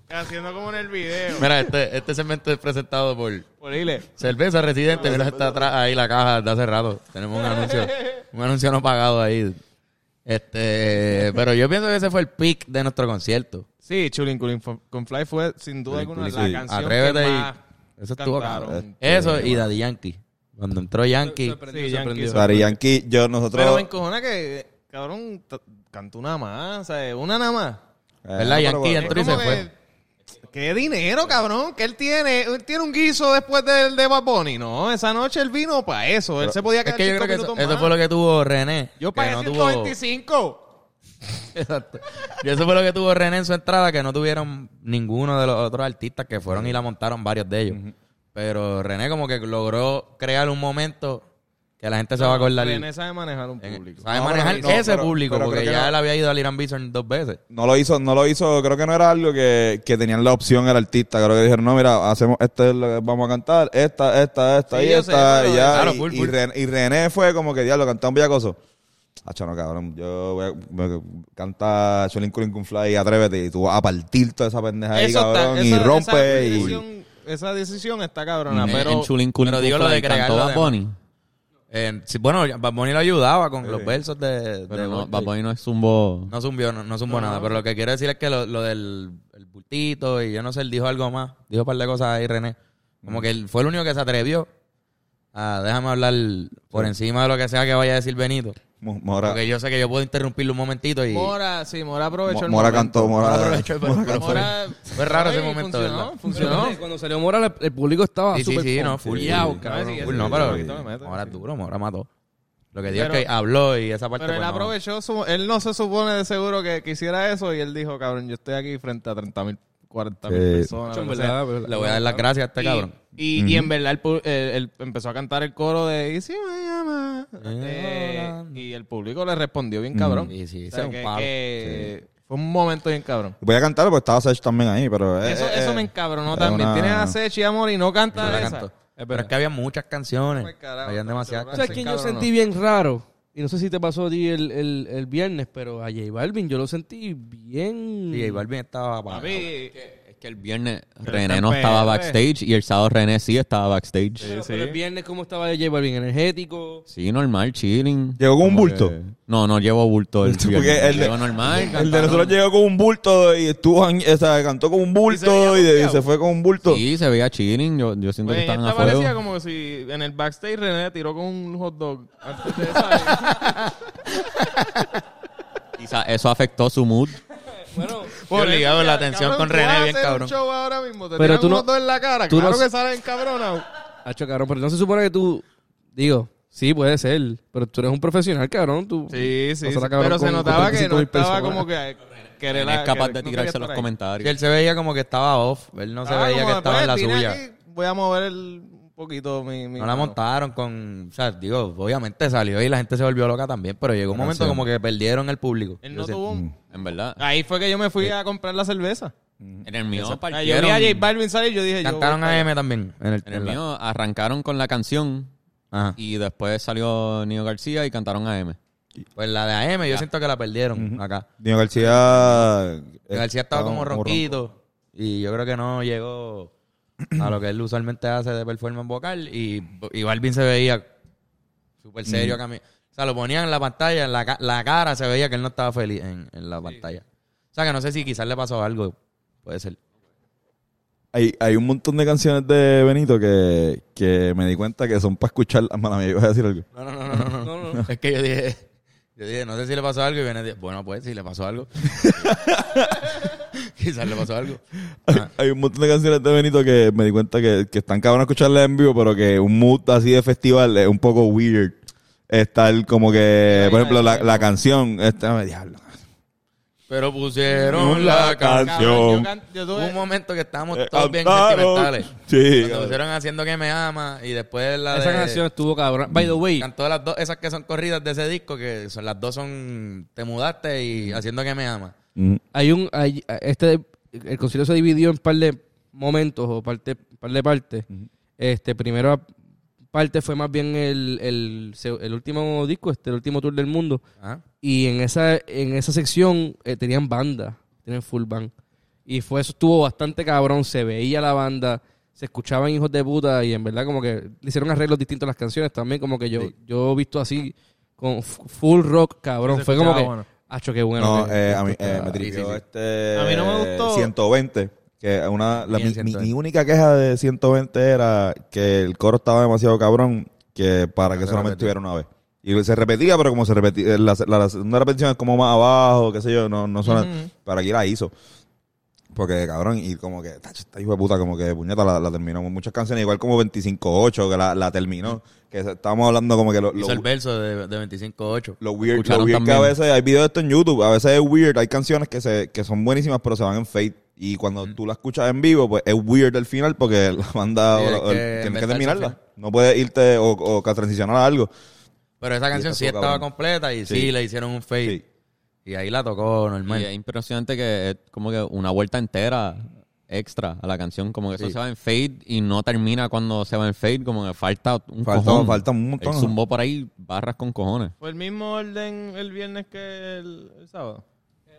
Haciendo como en el video. Mira, este, este segmento es presentado por Por Ile. Cerveza Residente. Mira, está atrás ahí la caja de hace rato. Tenemos un anuncio, un anuncio no pagado ahí. Este, pero yo pienso que ese fue el pick de nuestro concierto. Sí, Chulin Culin Fo- con Fly fue sin duda Chulin alguna la Culin, sí. canción Atrévete que ahí. más Eso estuvo cantaron. cabrón. Eh, Eso y Daddy Yankee. Cuando entró Yankee. Sí, Yankee hizo- Dari Yankee, yo, Pero me nosotros. eh, encojona que, cabrón, t- cantó una más, ¿sabes? Una nada más. ¿Verdad? Eh, Yankee pero- entró y se fue. ¿Qué dinero, cabrón? Que él tiene, él tiene un guiso después del de Bad Bunny. No, esa noche él vino para eso. Él se podía Es quedar que yo creo cinco que eso, minutos eso más. fue lo que tuvo René. Yo que pagué no tuvo- 125. Exacto. Y eso fue lo que tuvo René en su entrada, que no tuvieron ninguno de los otros artistas que fueron y la montaron varios de ellos. Pero René como que logró crear un momento que la gente se va a acordar. René sabe manejar un en- público. sabe No, pero manejar no, ese pero- público, pero porque creo que ya no. él había ido al Irán Bison dos veces. No lo hizo, no lo hizo, creo que no era algo que, que tenían la opción el artista, creo que dijeron, no, mira, hacemos esta es lo que vamos a cantar, esta, esta, esta Sí, y yo sé, esta, pero- y ya, claro, y, full, y full. Ren- y René fue como que, diablo, cantaba un bellacoso. Hacho, no, cabrón, yo voy a, voy a cantar Cholín Culín Kun Fly, atrévete, y tú vas a partir toda esa pendeja ahí, Eso está- cabrón, y esa- rompe, Esa y... decisión, esa decisión está cabrona, En- pero... en Chulín Culín pero digo lo de Fly cantó crearlo Bad de- Bunny. Eh, sí, bueno, Bad Bunny lo ayudaba con los versos de... de Pero no, Bunny. Bad Bunny no es zumbo. No zumbió, no, no zumbó nada. Pero lo que quiero decir es que lo, lo del el bultito y yo no sé, él dijo algo más. Dijo un par de cosas ahí, René. Como Mm. que él fue el único que se atrevió a déjame hablar por encima de lo que sea que vaya a decir Benito. Mo- Mora, Porque yo sé que yo puedo interrumpirlo un momentito y Ah. Mora, sí, Mora Mo- aprovechó el Mora momento. cantó, Mora... aprovecho el Mora pero cantó. Mora- fue raro ese Ay, momento, funcionó, ¿verdad? Funcionó, Cuando salió Mora, el, el público estaba Sí, sí, súper sí, pumped. no, full Sí. out, Sí, cabrón, sí, full sí, no, sí, pero sí, sí. ahora duro, ahora mató. Lo que digo es Pero- que habló y esa parte Pero él pues, no. aprovechó, su- él no se supone de seguro que quisiera eso y él dijo, cabrón, yo estoy aquí frente a 30 mil, 40 mil Sí. personas. lo que sea. Le voy a dar las gracias a este Pues, Y- cabrón. Y, y en verdad el pu- eh, él empezó a cantar el coro de Y si me llama. eh, y el público le respondió bien cabrón. Sí, sí, O ese sea, es un que- palo. que Fue un momento bien cabrón. Voy a cantar porque estaba Sech también ahí, pero... eh, Eso, eh, eso eh, me encabronó es también. una- Tienes a Sech y Amor y no Yo cantan la esa. canto. pero es que había muchas canciones. Pues, carajo, Habían no, demasiadas seguro. canciones. Ese ¿Sabes quién yo cabrón, sentí bien raro? Y no sé si te pasó a ti el, el, el viernes, pero a J Balvin yo lo sentí bien... Sí, J Balvin estaba apagado. Papi, Es que el viernes está René en no estaba PR. backstage y el sábado René sí estaba backstage. Sí, Pero, pero el viernes, ¿cómo estaba J Balvin? ¿Energético? normal, chilling. Llegó con un Como bulto. que- No, no llevo bulto el Porque viernes. el de- Llegó normal. El de cantaron. nosotros llegó con un bulto y estuvo, jan- o sea, cantó con un bulto y, de- y se, fue con un bulto. Sí, se veía chilling. Yo, yo siento Güey, que estaban esta a fuego. pues, parecía como si en el backstage René tiró con un hot dog antes de esa. Quizá eso afectó su mood. Bueno, Yo le digo, la atención con René, bien Un cabrón. show ahora mismo, te Pero tiran tú un no- hot dog en la cara, tú no claro s- que salen cabronados. Hacho, cabrón, pero no se supone que tú... Digo, sí, puede ser, pero tú eres un profesional, cabrón. Tú, Sí, sí. Pasó la sí. cabrón Pero se con- notaba con que no 35.000 estaba personas. como que. que René era- es capaz que- de no tirarse quería los estar ahí. comentarios. Sí, él se veía como que estaba off. Él no se Estaba veía como, que estaba en la "Pues, vine suya. aquí, Voy a mover el- un poquito mi. mi No la mano". montaron con... O sea, digo, obviamente salió y la gente se volvió loca también, pero llegó un La momento canción. como que perdieron el público. Él Yo no sé. tuvo un- En verdad. Ahí fue que yo me fui a comprar la cerveza. En el mío O sea, Ah, Yo vi a J partieron- Balvin salir y yo dije. yo Cantaron voy para a allá. M también. En el, En el en la- mío arrancaron con la canción Ajá. y después salió Nino García y cantaron a M. Pues la de AM yo siento que la perdieron acá. Dino García. eh, García Este, estaba como ronco. ronquito y yo creo que no llegó a lo que él usualmente hace de performance vocal y, y Balvin se veía súper serio cami- O sea, lo ponían en la pantalla, en la, ca- la cara se veía que él no estaba feliz en, en la pantalla. O sea, que no sé si quizás le pasó algo, puede ser. Hay, hay un montón de canciones de Benito que, que me di cuenta que son para escuchar. Ah, mala mía, ibas a decir algo. No, no, no, no, no. Es que yo dije, yo dije, no sé si le pasó algo y viene dice, bueno, pues si le pasó algo. Quizás le pasó algo. Ah. Hay, hay un montón de canciones de Benito que me di cuenta que, que están cabrón escucharlas en vivo, pero que un mood así de festival es un poco weird. Estar como que, por ejemplo, la, la canción, esta, diablo. Pero pusieron la canción. Canción. Yo can- yo Hubo tuve- un momento que estábamos Eh, todos bien cantaron. sentimentales. Sí, Cuando cabrón. pusieron haciendo que me ama y después la Esa de- canción estuvo cabrón. By the way, Cantó las dos, esas que son corridas de ese disco, que son las dos son Te mudaste y Haciendo que me ama. Mm. hay un hay- este el concierto se dividió en par de momentos o parte par de partes. Este primero parte fue más bien el, el, se- el último disco, este el último tour del mundo Ah. Ajá. y en esa en esa sección eh, tenían banda, tenían full band. Y fue eso estuvo bastante cabrón, se veía la banda, se escuchaban hijos de puta y en verdad como que le hicieron arreglos distintos a las canciones también como que yo yo he visto así con f- full rock, cabrón, Se fue como escuchaba que bueno. Acho, qué bueno. pues". No, que- eh, a mí esto eh, está- me tripió sí, sí. este. A mí no me gustó. 120. Que es una, la- Bien, mi, mi- 120. mi única queja de 120 era que el coro estaba demasiado cabrón que para que solamente estuviera una vez. Y se repetía, pero como se repetía, eh, la, la- la segunda repetición es como más abajo, qué sé yo, no, no suena. Para aquí la hizo. Porque cabrón, y como que, tacho, esta hijo de puta, como que puñeta la, la terminó. Muchas canciones, igual como 25-8, que la, la terminó. Que estábamos hablando como que lo- Hizo lo- el verso de, de 25-8. lo weird, lo escucharon weird que a también. veces hay videos de esto en YouTube, a veces es weird, hay canciones que se que son buenísimas pero se van en fade y cuando tú las escuchas en vivo, pues es weird al final porque la banda Sí, o- hay o- que tienes que inventarse al terminarla. final. No puedes irte o, o que transicionar a algo. Pero esa canción esa sí estuvo estaba cabrón. completa y sí, Sí. le hicieron un fade. Sí. Y ahí la tocó normal. Y es impresionante que es como que una vuelta entera extra a la canción. Como que eso se va en fade y no termina cuando se va en fade. Como que falta un Falta- cojón. falta un montón. Él zumbó por ahí barras con cojones. ¿Fue el mismo orden el viernes que el, el sábado?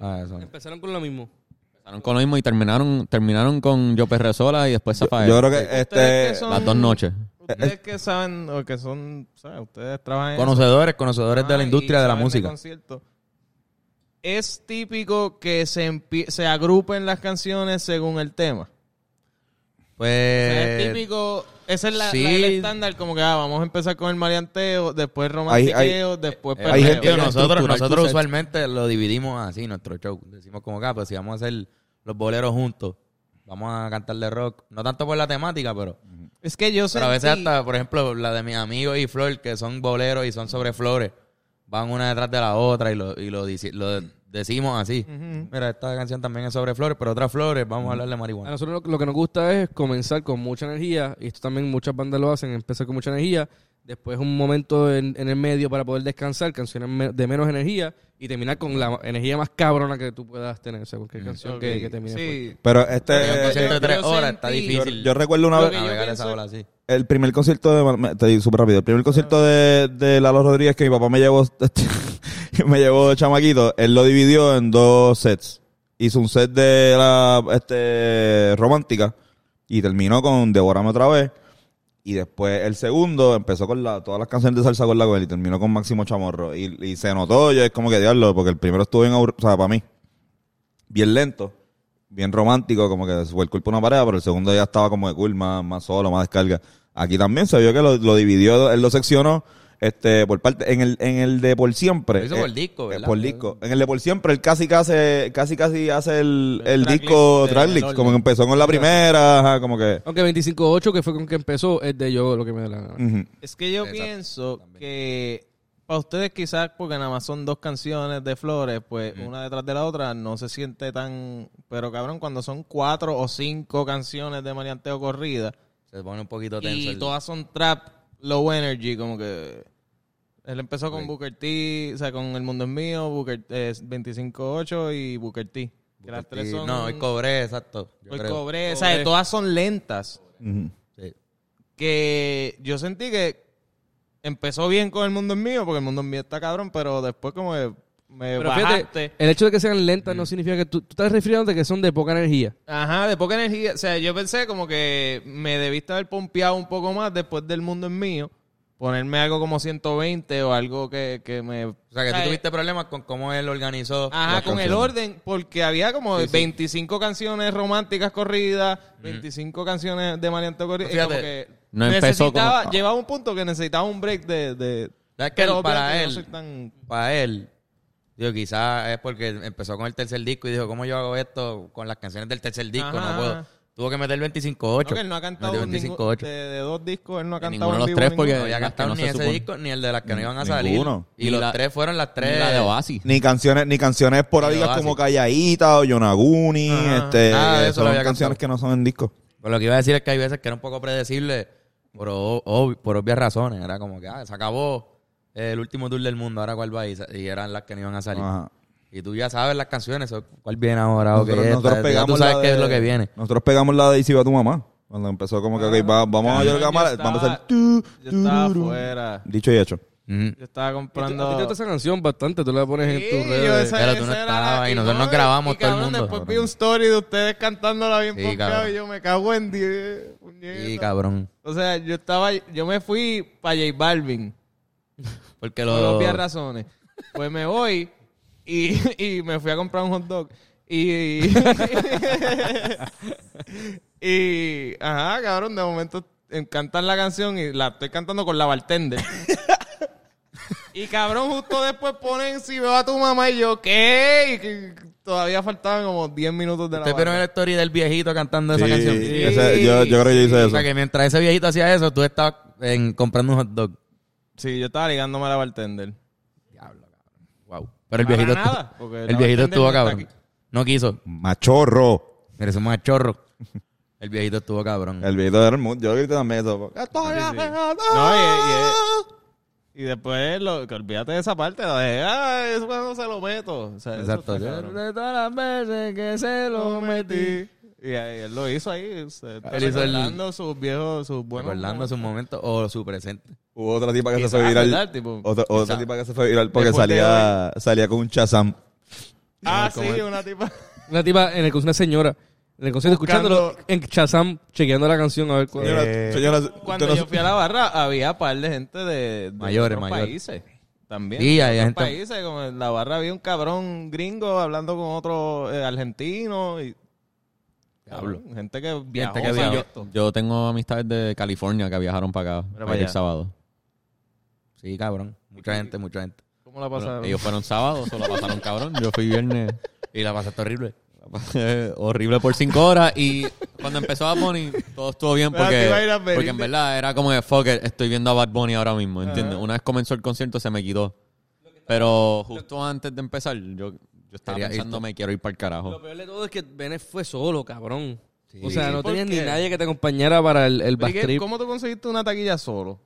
Ah, eso. Empezaron con lo mismo. Empezaron con lo mismo y terminaron, terminaron con Yo Perreo Sola y después Zafael. Yo creo que Ustedes este que son- Las dos noches. Ustedes que saben, o que son, ¿sabes? Ustedes trabajan en Conocedores, conocedores de la Ah, industria y de la saben música. concierto. Es típico que se, empie- se agrupen las canciones según el tema. O sea, es Pues. típico, ese es la, sí. la- el estándar, como que ah, vamos a empezar con el marianteo, después romantiqueo, después eh, perreo. hay gente- tío, nosotros estructurar tu nosotros set. usualmente lo dividimos así, nuestro show. Decimos como acá, pues si vamos a hacer los boleros juntos, vamos a cantar de rock. No tanto por la temática, pero. Es que yo Pero a veces sentí- hasta, por ejemplo, la de mis amigos y Flor, que son boleros y son sobre flores, van una detrás de la otra y lo, y lo, dici- lo decimos así. Mira, esta canción también es sobre flores, pero otras flores, vamos a hablar de A marihuana. nosotros lo, lo que nos gusta es comenzar con mucha energía, y esto también muchas bandas lo hacen, empezar con mucha energía, después un momento en, en el medio para poder descansar, canciones me- de menos energía, y terminar con la energía más cabrona que tú puedas tener, o sea, cualquier canción que, que termine. fuerte. Mm, Sí. pero este Porque un concierto de tres eh, yo horas sentí- está yo, difícil. yo recuerdo una Lo vez que yo navegar pienso esa es- ola así. el primer concierto de me- te digo súper rápido, el primer concierto de, de Lalo Rodríguez que mi papá me llevó me llevó chamaquito, él lo dividió en dos sets. Hizo un set de la este romántica y terminó con Devorame otra vez. Y después el segundo empezó con la, todas las canciones de salsa con la Goel y terminó con Máximo Chamorro. Y, y se notó, yo es como que diablo, porque el primero estuvo bien aburrido, o sea, para mí, bien lento, bien romántico, como que fue el cuerpo de una pareja, pero el segundo ya estaba como de cool, más, más solo, más descarga. Aquí también se vio que lo, lo dividió, él lo seccionó este por parte, en el, en el de por siempre. eh, Lo hizo por disco, ¿verdad? por disco. En el de por siempre, él casi casi, casi, casi hace el, el tracklist disco del tracklist, orden. como que empezó con la primera, ajá, como que... Aunque 25-8, que fue con que empezó, es de yo lo que me da la gana. Mm. ujú. Es que yo pienso que para ustedes quizás, porque nada más son dos canciones de flores, pues una detrás de la otra no se siente tan... Pero cabrón, cuando son cuatro o cinco canciones de Marianteo corrida Se pone un poquito tenso. y el- todas son trap, low energy, como que... Él empezó con Booker T, o sea, con El Mundo es Mío, Booker eh, 25-8 y Booker T. Que las tres Sí, son... No, hoy cobré, exacto. yo Hoy creo. cobré, o sea, todas son lentas Ujú. Sí. que yo sentí que empezó bien con El Mundo es Mío, porque El Mundo es Mío está cabrón, pero después como que me Pero bajaste. Mm. fíjate, el hecho de que sean lentas no significa que tú, tú estás refiriéndote que son de poca energía. Ajá, de poca energía. O sea, yo pensé como que me debiste haber pompeado un poco más después del Mundo es Mío, ponerme algo como 120 o algo que, que me... O sea, que tú Ay, tuviste problemas con cómo él organizó. Ajá, las con el canciones. orden, porque había como Sí, sí. 25 canciones románticas corridas, 25 canciones de Marianto corridas. Fíjate, no empezó necesitaba, con- Llevaba un punto que necesitaba un break de... de ¿Sabes qué? obviamente Para no soy él, tan- para él, digo, quizás es porque empezó con el tercer disco y dijo, ¿cómo yo hago esto con las canciones del tercer disco? Ajá. No puedo. Tuvo que meter No, 25-8. que él no ha cantado Metió ningún- 25-8. de, de dos discos, él no ha De cantado ninguno de en los vivo tres, porque- No ninguno. había las que cantado no ni se ese supone. disco ni el de las que no iban a Ninguno. salir. Y Ni los la- tres fueron las tres. Ni la de Oasis. Ni canciones, ni canciones esporádicas Oasis. como Calladita o Yonaguni, Nada este, de Ah, eso son lo había canciones cantado. que no son en disco. Pero lo que iba a decir es que hay veces que era un poco predecible por, o- ob- por obvias razones. Era como que ah, se acabó el último tour del mundo, ahora cuál va y, sa- y eran las que no iban a salir. Ajá. Y tú ya sabes las canciones, o cuál viene ahora o qué Nosotros, es, nosotros ya pegamos tú sabes la qué de- es lo que viene. Ah, Nosotros pegamos la de Easy va tu mamá. Cuando empezó como que, ok, va- vamos a Cabrón, llorar cámara, yo vamos a hacer... estaba- tu, Yo estaba tu, ru. afuera. Dicho y hecho. Ujú. Yo estaba A ti te comprando... gusta esa canción bastante, tú la pones en Ah. Sí, tus redes. yo esa- Pero tú no esa era estabas la- ahí, nosotros no, nos grabamos y todo el cabrón, mundo. después vi un story de ustedes cantándola bien Sí, ponqueado cabrón. y yo me cago en 10. puñeta. Y cabrón. O sea, yo estaba, yo me fui para J Balvin Porque por lo... obvias razones. Pues me voy y, y me fui a comprar un hot dog. Y, y ajá, cabrón, de momento em, cantan la canción y la estoy cantando con la bartender. y cabrón, justo después ponen si veo a tu mamá y yo, ¿qué? Y que todavía faltaban como 10 minutos de la ¿Ustedes vieron la barra. historia del viejito cantando esa Sí, canción? ese- yo, yo creo que yo hice O sea, eso. que mientras ese viejito hacía eso, tú estabas en- comprando un hot dog. Sí, yo estaba ligándome a la bartender. Wow. Pero el Para viejito... nada, estu- porque el la viejito bartender no estuvo está cabrón. aquí. No quiso. Machorro. Eres un machorro. El viejito estuvo cabrón. El video del mundo. Yo grité también eso. Estoy No, y, y- y después, lo, que olvídate de esa parte, la de, ah, es cuando se lo meto. O sea, eso Exacto. fue cabrón. De todas las veces que se lo metí. Y, ahí él lo hizo ahí, se- Él hizo el- recordando sus viejos, sus buenos. Recordando su momento o su presente. Hubo otra tipa que se fue Quizás, viral. ¿verdad? Tipo, otra otra quizás. tipa que se fue viral porque Después de salía, salía con un chazam. Ah, sí, una tipa. Una tipa en el concierto, una señora, en el concierto, Buscando- escuchándolo en Shazam, chequeando la canción a ver cuál Señora, Eh, señora, Cuando usted no- yo fui a la barra, había par de gente de, de Mayores, otros mayores. países. También. Sí, de hay otros gente- países, como en la barra había un cabrón gringo hablando con otro eh, argentino y... Diablo. Gente que viajó. que o sea, viajó. yo- Yo tengo amistades de California que viajaron para acá para para ir allá. el sábado. Sí, cabrón. Mucha gente, mucha gente. ¿Cómo la pasaron? Ellos fueron sábado, solo pasaron cabrón. Yo fui viernes. Y la pasaste horrible. horrible por cinco horas y cuando empezó Bad Bunny todo estuvo bien Pero te iba a ir porque, a venir. porque en verdad era como de fuck it, estoy viendo a Bad Bunny ahora mismo ¿entiendes? una vez comenzó el concierto se me quitó pero justo antes de empezar yo, yo estaba Quería pensando irte. me quiero ir para el Lo carajo peor de todo es que Benes fue solo, cabrón. o sea, no ¿por tenías ni qué? nadie que te acompañara para el, el Pero ¿y bus qué- trip. ¿Cómo tú conseguiste una taquilla solo?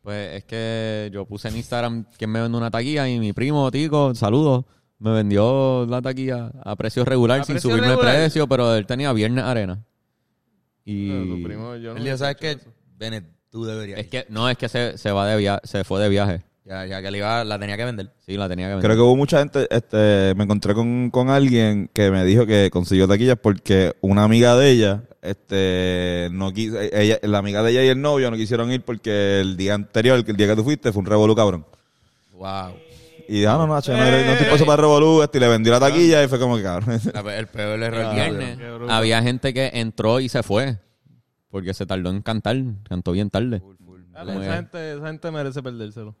pues es que yo puse en Instagram quién me vende una taquilla y mi primo Tico saludos me vendió la taquilla a precio regular ¿A sin precio subirme regular? el precio pero él tenía viernes arena y yo Él dijo, ¿sabes qué? Bennett, tú deberías. es que no es que se, se va de via- se fue de viaje Ya, ya que le iba, la tenía que vender. Sí, la tenía que vender. Creo que hubo mucha gente, este, me encontré con, con alguien que me dijo que consiguió taquillas porque una amiga de ella, este, no quiso, ella, la amiga de ella y el novio no quisieron ir porque el día anterior, el día que tú fuiste, fue un revolú cabrón. Wow. Y dije, ah, no, no, che, no, no Eh. estoy paso para el revolú, este, y le vendí la taquilla y fue como que cabrón. el peor error. el viernes qué bruto. había gente que entró y se fue. Porque se tardó en cantar. Cantó bien tarde. Como que- esa, gente, esa gente merece perdérselo.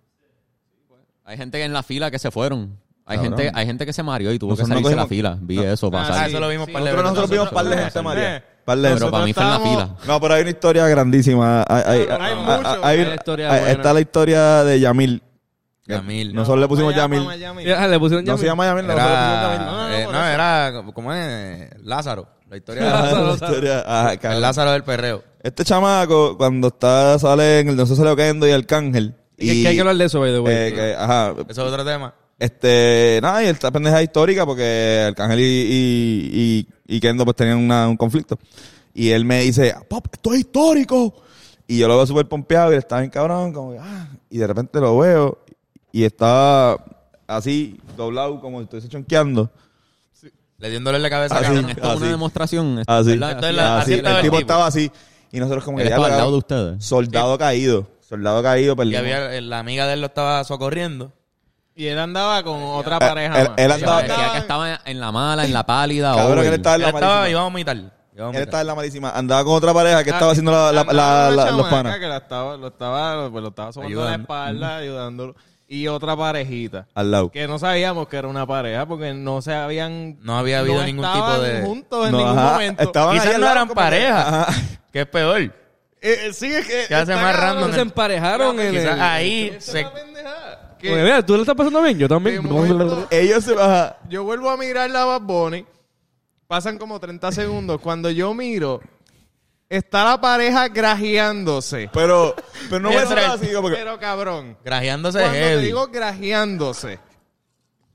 Hay gente que en la fila que se fueron. Hay Cabrón. gente, hay gente que se mareó y tuvo Nosotros que no salirse de la cogimos- fila. Vi eso pasar. Ah, eso lo vimos par de Nosotros, veces. nosotros vimos par de gente, nosotros- María. eh, Par de pero gente. para mí fue en la estábamos- fila. No, pero hay una historia grandísima. Hay, hay- Hay hay- mucho. hay- Hay una historia hay- buena. está la historia de Yamil. Yamil. Nosotros le pusimos Vaya, Yamil. vaya, Yamil. Ah, le pusieron No se Yamil. llama Yamil, nosotros le pusimos Yamil. Era, no, eh, por no, eso. era, ¿cómo es? Lázaro. La Ah, historia de Ajá, Lázaro. la historia, ajá, El cabrón. Lázaro del perreo. Este chamaco, cuando está, sale en el no sé, sale Oquendo y Arcángel. Que- que hay que hablar de eso, by the way. eh, que- ajá. Eso es otro tema. Este, nada, y esta pendeja histórica porque Arcángel y, y, y, y Kendo pues tenían una- un conflicto. Y él me dice, Pop, esto es histórico. Y yo lo veo súper pompeado y está bien cabrón, como que, ah. Y de repente lo veo y está así, doblado, como si estuviese chonqueando. Le dio un dolor de cabeza. Ah, sí. Ah, cabrón. Esto es una Así. demostración. este. esto- Así. ¿verdad? Esto es la- Así. así estaba el el tipo tipo. estaba así. Y nosotros como que Él ya estaba al lo- lado de ustedes. Soldado caído. Soldado caído, Y perdimos. había, eh, la amiga de él lo estaba socorriendo. Y él andaba con otra Eh, pareja. él- más. él Sí, andaba- parecía Decía que estaba en la mala, en la pálida. Cabrón, over. él estaba en Él la estaba, iba malísima. a vomitar. iba a Él vomitar. estaba en la malísima. Andaba con otra pareja que Ah, estaba haciendo la, la- andaba la- una la- los chamaca panas. que la estaba, lo estaba, pues lo estaba sobando la Ayudando. espalda, ayudándolo. Y otra parejita. Al lado. Que no sabíamos que era una pareja porque no se habían. No había habido ningún tipo estaban de- juntos en No, ningún ajá, momento. estaban ahí Quizás no al lado eran como que- pareja, Ajá. que es peor. Eh, eh, sí, es que. Que hace está más cabrón, random. Se emparejaron en Quizás el- ahí esa es se... la pendejada, que Oye, mira, tú lo estás pasando bien, yo también. de momento Ellos se bajan. Yo vuelvo a mirar la Bad Bunny. Pasan como 30 segundos. Cuando yo miro, está la pareja grajeándose. Pero, pero no me Mientras- digas así, digo, porque Pero cabrón. Grajeándose Cuando te heavy. digo grajeándose.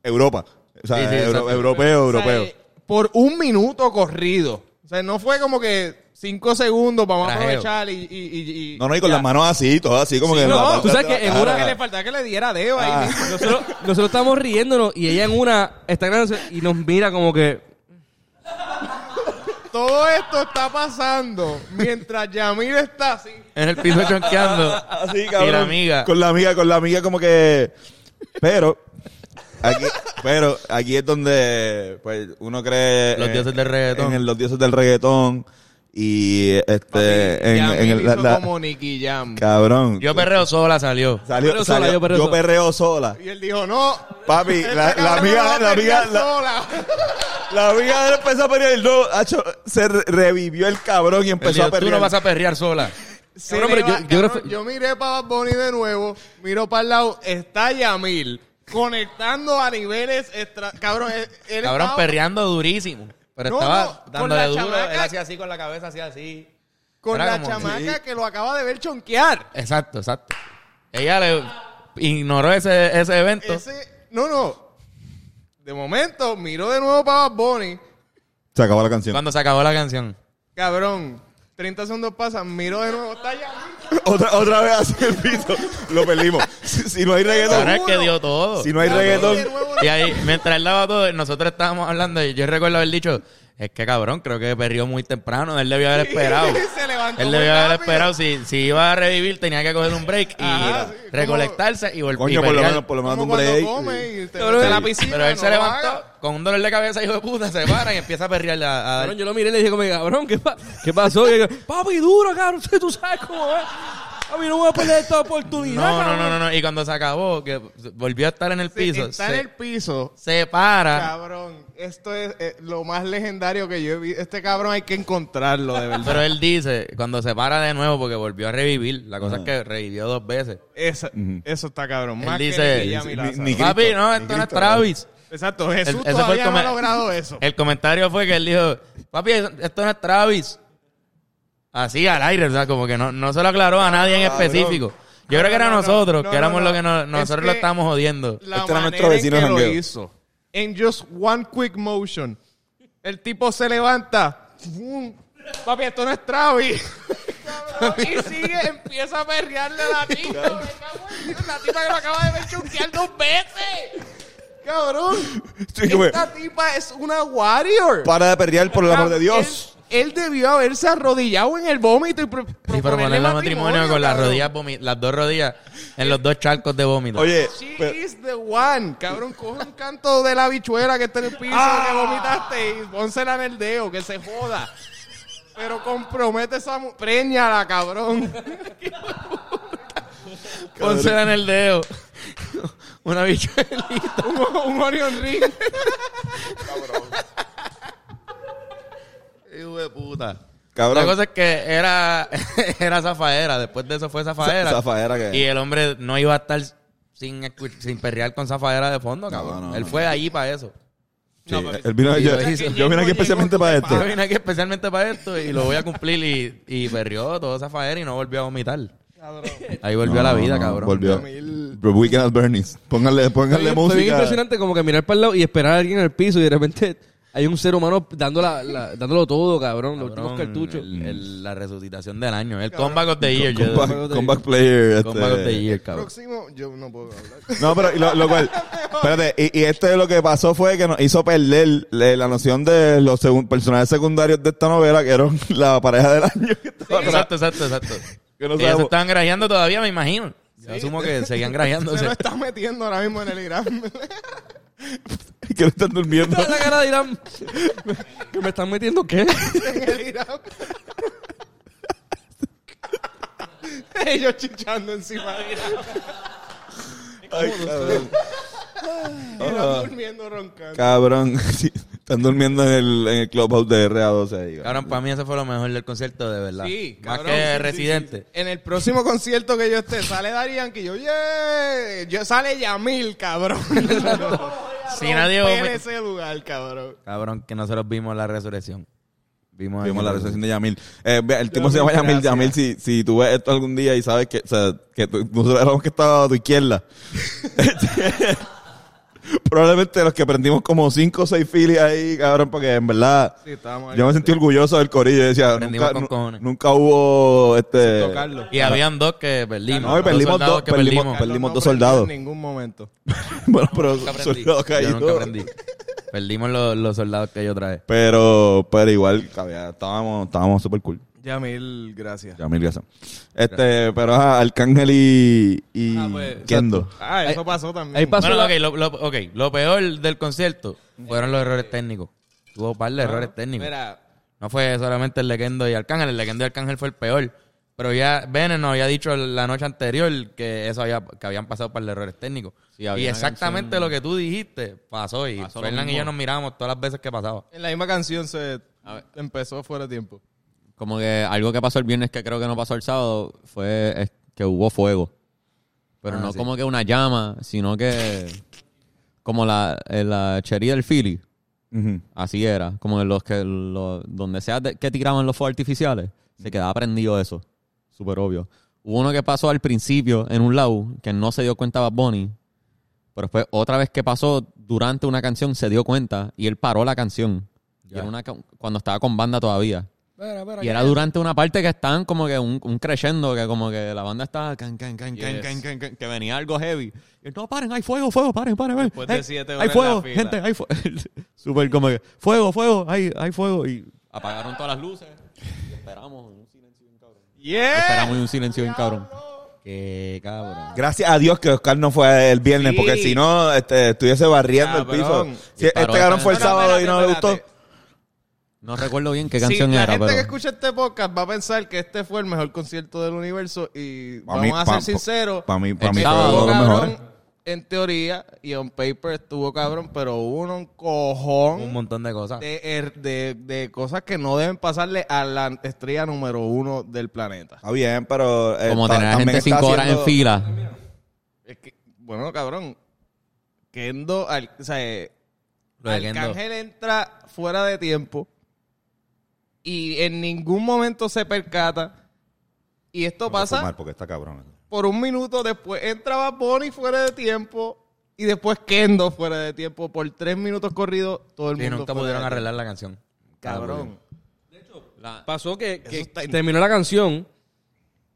Europa. O sea, Sí, sí, euro- exacto. europeo, O sea, europeo. eh, por un minuto corrido. O sea, no fue como que cinco segundos, vamos Grajeo. a aprovechar y... y, y- y- no, no, y con ya. las manos así, todas así, como que... no, la- tú sabes que en Ah, una- Que le faltaba que le diera dedo ahí. Ah. mismo. Nosotros, nosotros estamos riéndonos y ella en una está grabando y nos mira como que. Todo esto está pasando mientras Yamil está así. En el piso chonqueando. Así, cabrón. Y la amiga. Con la amiga, con la amiga como que... Pero... Aquí, pero aquí es donde pues uno cree Los en- dioses del reggaetón. en el- los dioses del reggaetón y este en, Yamil en el- la- hizo la- como Nicky Jam. cabrón Yo perreo sola salió. salió, Perreo sola, salió- yo perreo yo sola. perreo sola Y él dijo, no. papi la, la amiga la amiga la- La amiga de él empezó a pelear. No, hacho, se re- revivió el cabrón y Él empezó dijo, a Tú pelear. no vas a perrear sola. Cabrón, pero yo- yo, yo creo que- miré para Bad Bunny de nuevo, miro para el lado, está Yamil conectando a niveles extra... Cabrón, él, él Cabrón, estaba perreando durísimo. Pero No, estaba no, con dándole la duro. chamaca. Él hacía así con la cabeza, hacía así. con Era la como- chamaca que lo acaba de ver chonquear. Exacto, exacto. Ella le ignoró ese, ese evento. Ese, no, no. De momento, miro de nuevo para Bad Bunny, Se acabó la canción. Cuando se acabó la canción. cabrón, 30 segundos pasan, miro de nuevo, está Yamil. Otra, otra vez hacia el piso. Lo perdimos. Si, si no hay reggaetón. Ahora es que dio todo. Si no hay De reggaetón. nuevo, Y ahí, mientras él daba todo, nosotros estábamos hablando y yo recuerdo haber dicho, es que cabrón, creo que perrió muy temprano, él debió haber esperado. Se levantó él muy debió haber rápido. esperado, si, si iba a revivir tenía que coger un break y Ajá, sí, recolectarse y volver. Coño, por lo menos, por lo menos como un cuando break. come y te Cabrón, mete a la sí. piscina. Pero él no se lo levantó haga. con un dolor de cabeza, hijo de puta, se para y empieza a perrear a, a dar- Cabrón, yo lo miré y le dije como, cabrón, ¿qué, pa- qué pasó? Y yo, papi, duro, cabrón, tú sabes cómo es. A mí no voy a perder esta oportunidad, No, no, cabrón. no, no, no. Y cuando se acabó, que volvió a estar en el Sí, piso, Está se, en el piso. se para. Cabrón, esto es eh, lo más legendario que yo he visto. Este cabrón hay que encontrarlo, de verdad. Pero él dice, cuando se para de nuevo, porque volvió a revivir, la cosa es que revivió dos veces. Esa- Ujú. Eso está cabrón. Él Más dice- que Nicky Jam y ni- Lázaro. ni- Papi, Cristo, no, ni esto no es Cristo, Travis. Exacto, Jesús ese fue el todavía no ha comen- logrado eso. El comentario fue que él dijo, papi, esto no es Travis. Así al aire, o sea, como que no, no se lo aclaró a nadie en específico. Yo creo que era No, no, no, nosotros, no, que éramos no, los que no- es nosotros que- lo estábamos jodiendo. La Este era nuestro manera en vecino que lo jangueo. hizo. En just one quick motion. El tipo se levanta. ¡fum! Papi, esto no es Travis. Cabrón, y sigue, empieza a perrearle a la tipa. me cago en Dios, La tipa que lo acaba de ver chunquear dos veces. Cabrón. Sí, como que, Esta tipa es una warrior. Para de perrear, por el Ah, amor de Dios. Él, él debió haberse arrodillado en el vómito y pro- Y proponerle proponerle matrimonio con las cabrón. rodillas, vomi- las dos rodillas en los dos charcos de vómito. Oye. She pero- is the one. Ah. Cabrón, coge un canto de la bichuela que está en el piso que vomitaste y pónsela en el dedo, que se joda. Pero compromete esa mu- Préñala, cabrón. Pónsela en el dedo. Una bichuelita. un, un Orion Ring. Hijo de puta. La Cabrón. cosa es que era, era zafaera. Después de eso fue zafaera. Sa- zafaera que- Y el hombre no iba a estar sin, escu- sin perrear con zafaera de fondo, cabrón. no, no, Él no. fue allí para eso. Sí, él vino- yo, lo hizo. yo vine aquí especialmente para este. esto. Yo vine aquí especialmente para esto y lo voy a cumplir y, y perrió todo zafaera y no volvió a vomitar. Ahí volvió a la vida, No, cabrón. Volvió. Pero Weekend at Bernie's. Pónganle, Fue pónganle bien- fue bien música. impresionante como que mirar para el lado y esperar a alguien en el piso y de repente hay un ser humano dando la- la- dándolo todo, cabrón, los últimos Cabrón, cartuchos. el- Mm. el- la resucitación del año. El comeback of the year. yo- Comeback, comeback player. este. comeback of the year, cabrón. Próximo, yo no puedo hablar. No, pero y lo, lo cual, espérate, y, y esto es lo que pasó fue que nos hizo perder le- la noción de los segun- personajes secundarios de esta novela, que eran la pareja del año. Exacto, exacto, exacto. Que no Ellas se sabemos. estaban grajeando todavía, me imagino. Yo asumo que seguían Se grajeándose. lo está metiendo ahora mismo en el Irán. Que no están durmiendo. la cara de Irán. ¿Que me están metiendo qué? en el Irán. Ellos chichando encima de Irán. Ay, cabrón. Irán durmiendo roncando. Cabrón. Sí, Están durmiendo en el, en el clubhouse de RA12 ahí. Cabrón, para mí ese fue lo mejor del concierto, de verdad. Sí, Más cabrón, sí, que sí, Residente. En el próximo concierto que yo esté, sale Darían que yo, yeah, yo sale Yamil, cabrón. Si nadie En vomita- ese lugar, cabrón. Cabrón, que nosotros vimos la resurrección. Vimos, Vimos ahí- la recepción de Yamil. Eh, vea, el tipo se llama Yamil. Yamil, si, si tú ves esto algún día y sabes que, o sea, que tú- nosotros éramos que estaba a tu izquierda. Este, Probablemente los que prendimos como 5 o 6 filis ahí, cabrón, porque en verdad Sí, estábamos yo me sentí orgulloso del corillo. Yo decía, Prendimos nunca, con nu- cojones. nunca hubo este. Carlos. Y habían dos que perdimos. No, y perdimos soldados dos, perdimos- Carlos perdimos no dos aprendió soldados. En ningún momento. bueno, pero Nunca aprendí. soldado Yo caído. nunca aprendí. Perdimos los, los soldados que yo traje. Pero, pero igual, cabía, estábamos, estábamos super cool. Yamil, gracias. pues, Yamil Gassam. Este, pero ajá, Arcángel y, y Kendo. Ah, eso pasó también. ahí pasó. Bueno, la- ok, lo, lo- ok, lo peor del concierto fueron los errores técnicos. Tuvo un par de errores técnicos. Mira, No fue solamente el Lequendo y Arcángel, el Lequendo y Arcángel fue el peor. Pero ya Bennett nos había dicho la noche anterior que eso había, que habían pasado para errores técnicos. y exactamente lo que tú dijiste pasó. Y Fernán y yo nos mirábamos todas las veces que pasaba. en la misma canción se empezó fuera de tiempo. Como que algo que pasó el viernes que creo que no pasó el sábado fue es que hubo fuego. Pero Ah, no sí. como que una llama, sino que como la, eh, la chería del Philly. Ujú. Así era. Como que los que los- donde sea de- que tiraban los fuegos artificiales, se quedaba prendido eso. Súper obvio. Hubo uno que pasó al principio en un lado que no se dio cuenta Bad Bunny. Pero después, otra vez que pasó durante una canción, se dio cuenta y él paró la canción. Y era una ca- cuando estaba con banda todavía. y era durante una parte que estaban como que un, un crescendo, que como que la banda estaba can, can, can, can, Yes. can, can, can, que venía algo heavy. Y él, no, paren, hay fuego, fuego, paren, paren, paren. Después de Hey, siete horas en hay la fuego, fila. gente, hay fuego. Súper como que, fuego, fuego, hay, hay fuego. Y apagaron todas las luces. Y esperamos un silencio bien cabrón. Yeah. Eh, Esperamos un silencio bien cabrón. Qué cabrón. Gracias a Dios que Oscar no fue el viernes, Sí. porque si no, este, estuviese barriendo el piso. Cabrón. Si este Disparó. cabrón fue el Bueno, sábado y espérate, no le gustó. espérate. No recuerdo bien qué canción sí, la era, gente pero... que escucha este podcast va a pensar que este fue el mejor concierto del universo y Pa' vamos mí, a pa- ser sinceros. pa' mí- pa' mí estuvo fue uno de los cabrón, mejores. En teoría y on paper estuvo cabrón, pero hubo un cojón Un montón de cosas. de, er- de, de cosas que no deben pasarle a la estrella número uno del planeta. Está bien, pero. eh, Como ta- tener a también gente está cinco horas en haciendo- fila. Es que, bueno, cabrón, Kendo, al, o sea, eh, Lo de Kendo. Arcángel entra fuera de tiempo y en ningún momento se percata. Y esto No voy a pasa fumar porque está cabrón. por un minuto, después entraba Bonnie fuera de tiempo y después Kendo fuera de tiempo por tres minutos corridos. Todo el Sí, mundo. nunca fuera pudieron de arreglar la canción. tiempo. Cabrón. Pasó que, que está in- terminó la canción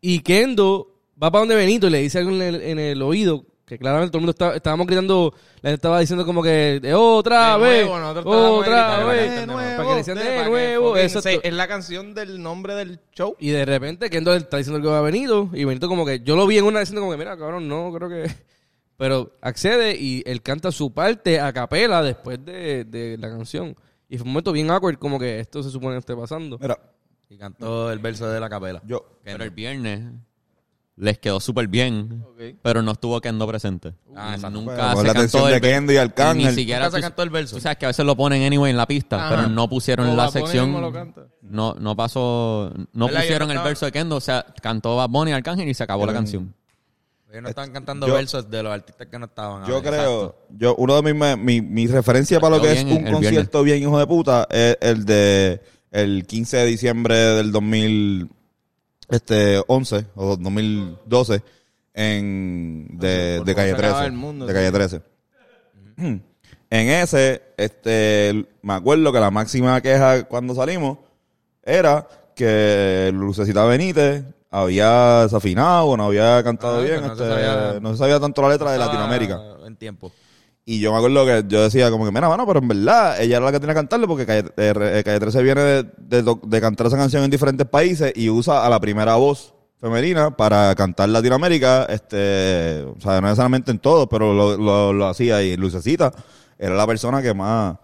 y Kendo va para donde Benito y le dice algo en el, en el oído que claramente todo el mundo estaba, estábamos gritando, la gente estaba diciendo como que de otra De vez, nuevo, nosotros estábamos otra gritando, vez, de nuevo, para que le decían para de que nuevo, fucking exacto. se- Es la canción del nombre del show. Y de repente Kendo le está diciendo que va a Benito. Y Benito como que, yo lo vi en una diciendo como que, mira, cabrón, no, creo que... Pero accede y él canta su parte a capela después de, de la canción. Y fue un momento bien awkward, como que esto se supone que esté pasando. Mira, Y cantó el verso de la capela. yo. Pero el viernes les quedó súper bien, pero no estuvo Kendo presente. Uh, Ah, exacto. nunca Con la se cantó atención de el ver- Kendo y Ni Arcángel. siquiera Nunca se pus- cantó el verso. Tú sabes que a veces lo ponen anyway en la pista, Ajá. pero no pusieron O la Bad Bunny mismo lo sección. canta. No, no pasó, no ¿Verdad? Yo pusieron no el estaba- verso de Kendo, o sea, cantó Bad Bunny Arcángel y se acabó la Era un- canción. Ellos no estaban cantando yo- versos de los artistas que no estaban. Ah, Yo ahí. creo, yo, uno de mis, me- mi, mi referencia para lo que Yo es bien un el concierto bien hijo de puta es el de el 15 de diciembre del 2011 este, 11 o 2012 en, de, de Calle se acaba 13. el mundo, de sí. Calle 13. En ese, este, me acuerdo que la máxima queja cuando salimos era que Lucecita Benítez había desafinado o no había cantado Ah, bien, que no se este, sabía- no se sabía tanto la letra de Estaba Latinoamérica. En tiempo. Y yo me acuerdo que yo decía como que, mira, mano, pero en verdad ella era la que tenía que cantarle porque Calle, eh, re- eh, Calle 13 viene de, de to- de cantar esa canción en diferentes países y usa a la primera voz femenina para cantar Latinoamérica, este, o sea, no necesariamente en todo, pero lo, lo- lo hacía y Lucecita era la persona que más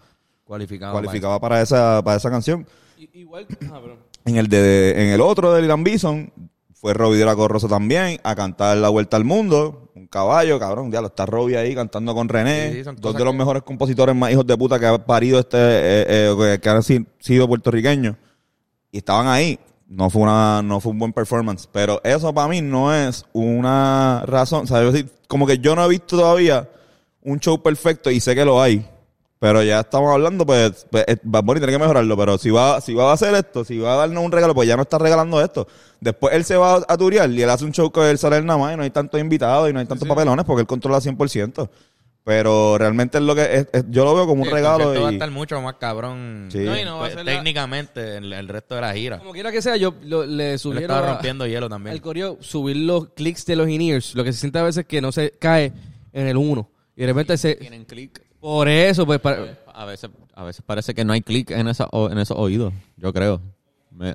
Cualificado. cualificaba para esa, para esa canción. Igual. ah, En el de, en el otro del Irán Bison fue Robbie de la Corrosa también a cantar la vuelta al mundo, un caballo, cabrón, ya lo está Robbie ahí cantando con René, Sí, sí, son dos cosas de los que- mejores compositores más hijos de puta que ha parido este, eh, eh, que- que han si- sido puertorriqueños y estaban ahí. No fue una, no fue un buen performance, pero eso para mí no es una razón, o sea, yo sí- como que yo no he visto todavía un show perfecto y sé que lo hay. Pero ya estamos hablando, pues, pues eh, Bad Bunny tiene que mejorarlo. Pero si va, si va a hacer esto, si va a darnos un regalo, pues ya no está regalando esto. Después él se va a turiar y él hace un show que él sale nada más y no hay tantos invitados y no hay tantos papelones porque él controla 100%. Pero realmente es lo que es- es- yo lo veo como un regalo. va a y- estar mucho más cabrón. pues, Sí. No, y no va a ser la- técnicamente en el, el resto de la gira. Como quiera que sea, yo lo- le Él sugiero. estaba a- rompiendo hielo también. al coreo subir los clics de los in-ears. Lo que se siente a veces es que no se cae en el 1. Y de repente se. Tienen clic. Por eso, pues. para- A veces, a veces parece que no hay clic en, esa o- en esos oídos, yo creo. Me-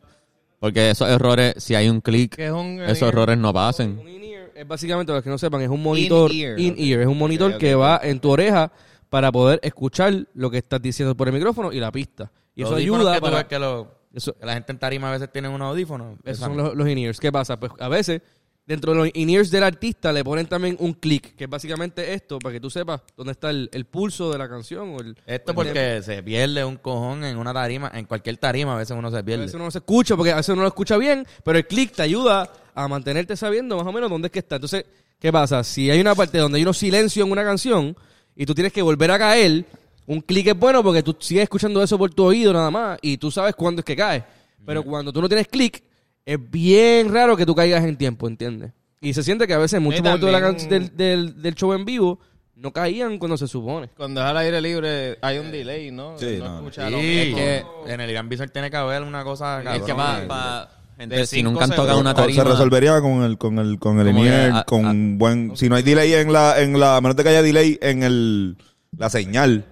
porque esos errores, si hay un eh, clic, Que es un- esos errores no pasen. Un in-ear es básicamente, para los que no sepan, es un monitor. In-ear, In-ear. ok. Es un monitor que va en tu oreja para poder escuchar lo que estás diciendo por el micrófono y la pista. Y Los eso audífonos ayuda que tú para. ves que lo- Eso- que la gente en tarima a veces tiene unos audífonos. Esos Esa son no. los, los in-ears. ¿Qué pasa? Pues a veces, dentro de los in-ears del artista, le ponen también un clic, que es básicamente esto, para que tú sepas dónde está el, el pulso de la canción. O el, Esto o el tempo. porque se pierde un cojón en una tarima, en cualquier tarima a veces uno se A pierde. veces uno no se escucha, porque a veces uno lo escucha bien, pero el clic te ayuda a mantenerte sabiendo más o menos dónde es que está. Entonces, ¿qué pasa? Si hay una parte donde hay unos silencio en una canción y tú tienes que volver a caer, un clic es bueno porque tú sigues escuchando eso por tu oído nada más y tú sabes cuándo es que caes. Pero cuando tú no tienes clic, es bien raro que tú caigas en tiempo, ¿entiendes? Y se siente que a veces muchos Y momentos de la can- también- del, del- del show en vivo no caían cuando se supone. Cuando es al aire libre hay un delay, ¿no? Sí, no, no, no. escucha lo Sí, es mismo. que en el Gran Bison tiene que haber una cosa Es que cabrón. va, va- gente, De si cinco nunca han tocado segundos. una se tarima. resolvería con el con el con el Como que in-ear, a- con a- un buen si no hay delay en la en la a menos de que haya delay en el la señal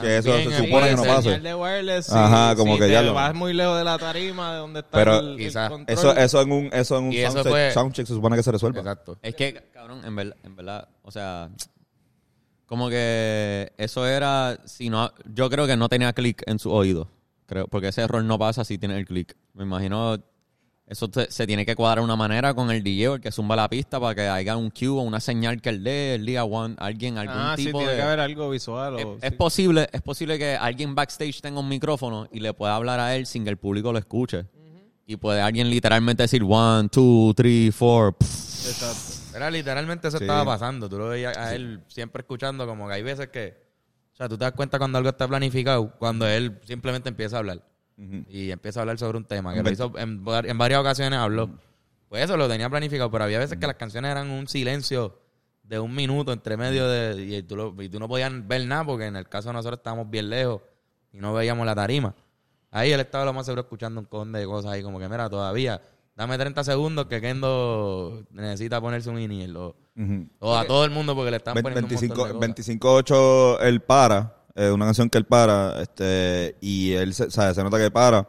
que eso También, se sí, supone que no Sí, pase señal de wireless, sí, Ajá, como sí, que te ya lo- vas muy lejos de la tarima de donde está Pero el, el quizás control. Eso, eso en un, eso en un Y eso soundcheck, fue- soundcheck se supone que se resuelve. Exacto. Es que, cabrón, en verdad, en verdad, o sea, como que eso era, si no, yo creo que no tenía clic en su oído, creo, porque ese error no pasa si tiene el clic. Me imagino, eso se, se tiene que cuadrar de una manera con el DJ, o el que zumba la pista para que haya un cue o una señal que él dé, el día one, alguien, algún Ah, sí, tipo tiene de... que haber algo visual. Es, o, es sí. posible, es posible que alguien backstage tenga un micrófono y le pueda hablar a él sin que el público lo escuche. Y puede alguien literalmente decir one, two, three, four. pff, Era literalmente eso Sí. estaba pasando. Tú lo veías a él siempre escuchando como que hay veces que... O sea, tú te das cuenta cuando algo está planificado, cuando él simplemente empieza a hablar. Y empieza a hablar sobre un tema. Que lo hizo en, var- en varias ocasiones habló. Pues eso lo tenía planificado, pero había veces que las canciones eran un silencio de un minuto entre medio de... Y tú, lo- y tú no podías ver nada porque en el caso de nosotros estábamos bien lejos y no veíamos la tarima. Ahí él estaba lo más seguro escuchando un con de cosas ahí como que, mira, todavía, dame 30 segundos que Kendo necesita ponerse un iniel. O, Ujú. o a todo el mundo porque le están Ve- poniendo 25 un montón de cosas. 25-8 el para, eh, una canción que él para, este, y él se, o sea, se nota que para,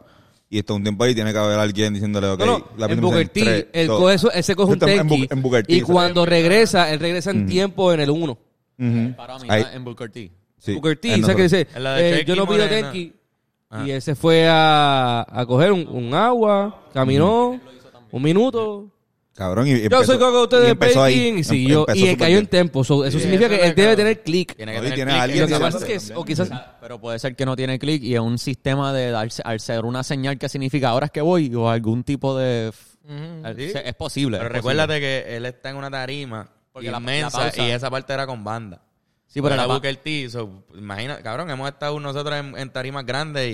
y está un tiempo ahí, tiene que haber alguien diciéndole, ok, No, no, en próxima Booker es en T, tres, él dos. coge eso- ese coge un Está en Bu- tenki en Booker T, Mm. y exacto. cuando regresa, él regresa en tiempo en el 1. Ujú. para mí, Ahí, ¿no? en Booker T. sí, Booker T, en ¿sabes qué nosotros. dice? En la de eh, Checky yo no pido Morena. Tenki. Ajá. Y él se fue a, a coger un, un agua, caminó un minuto. Cabrón, y Yo soy Coco, y ustedes empezó ahí, baking. Y em- siguió. empezó Y él súper cayó bien. en tempo. So, eso Sí, significa eso que es él debe cabrón. tener click. Tiene No, que y tener tiene click. alguien Lo Sí, que sí, pasa es sí, que, también. o quizás ah, Pero puede ser que no tiene clic y es un sistema de darse, al ser una señal que significa ahora es que voy o algún tipo de... f- al- sí. se- Es posible. Pero es recuérdate que él está en una tarima Porque la- la inmensa pausa- y esa parte era con banda. Sí, pero era la pa- Booker T. so, imagina, cabrón, hemos estado nosotros en, en tarimas grandes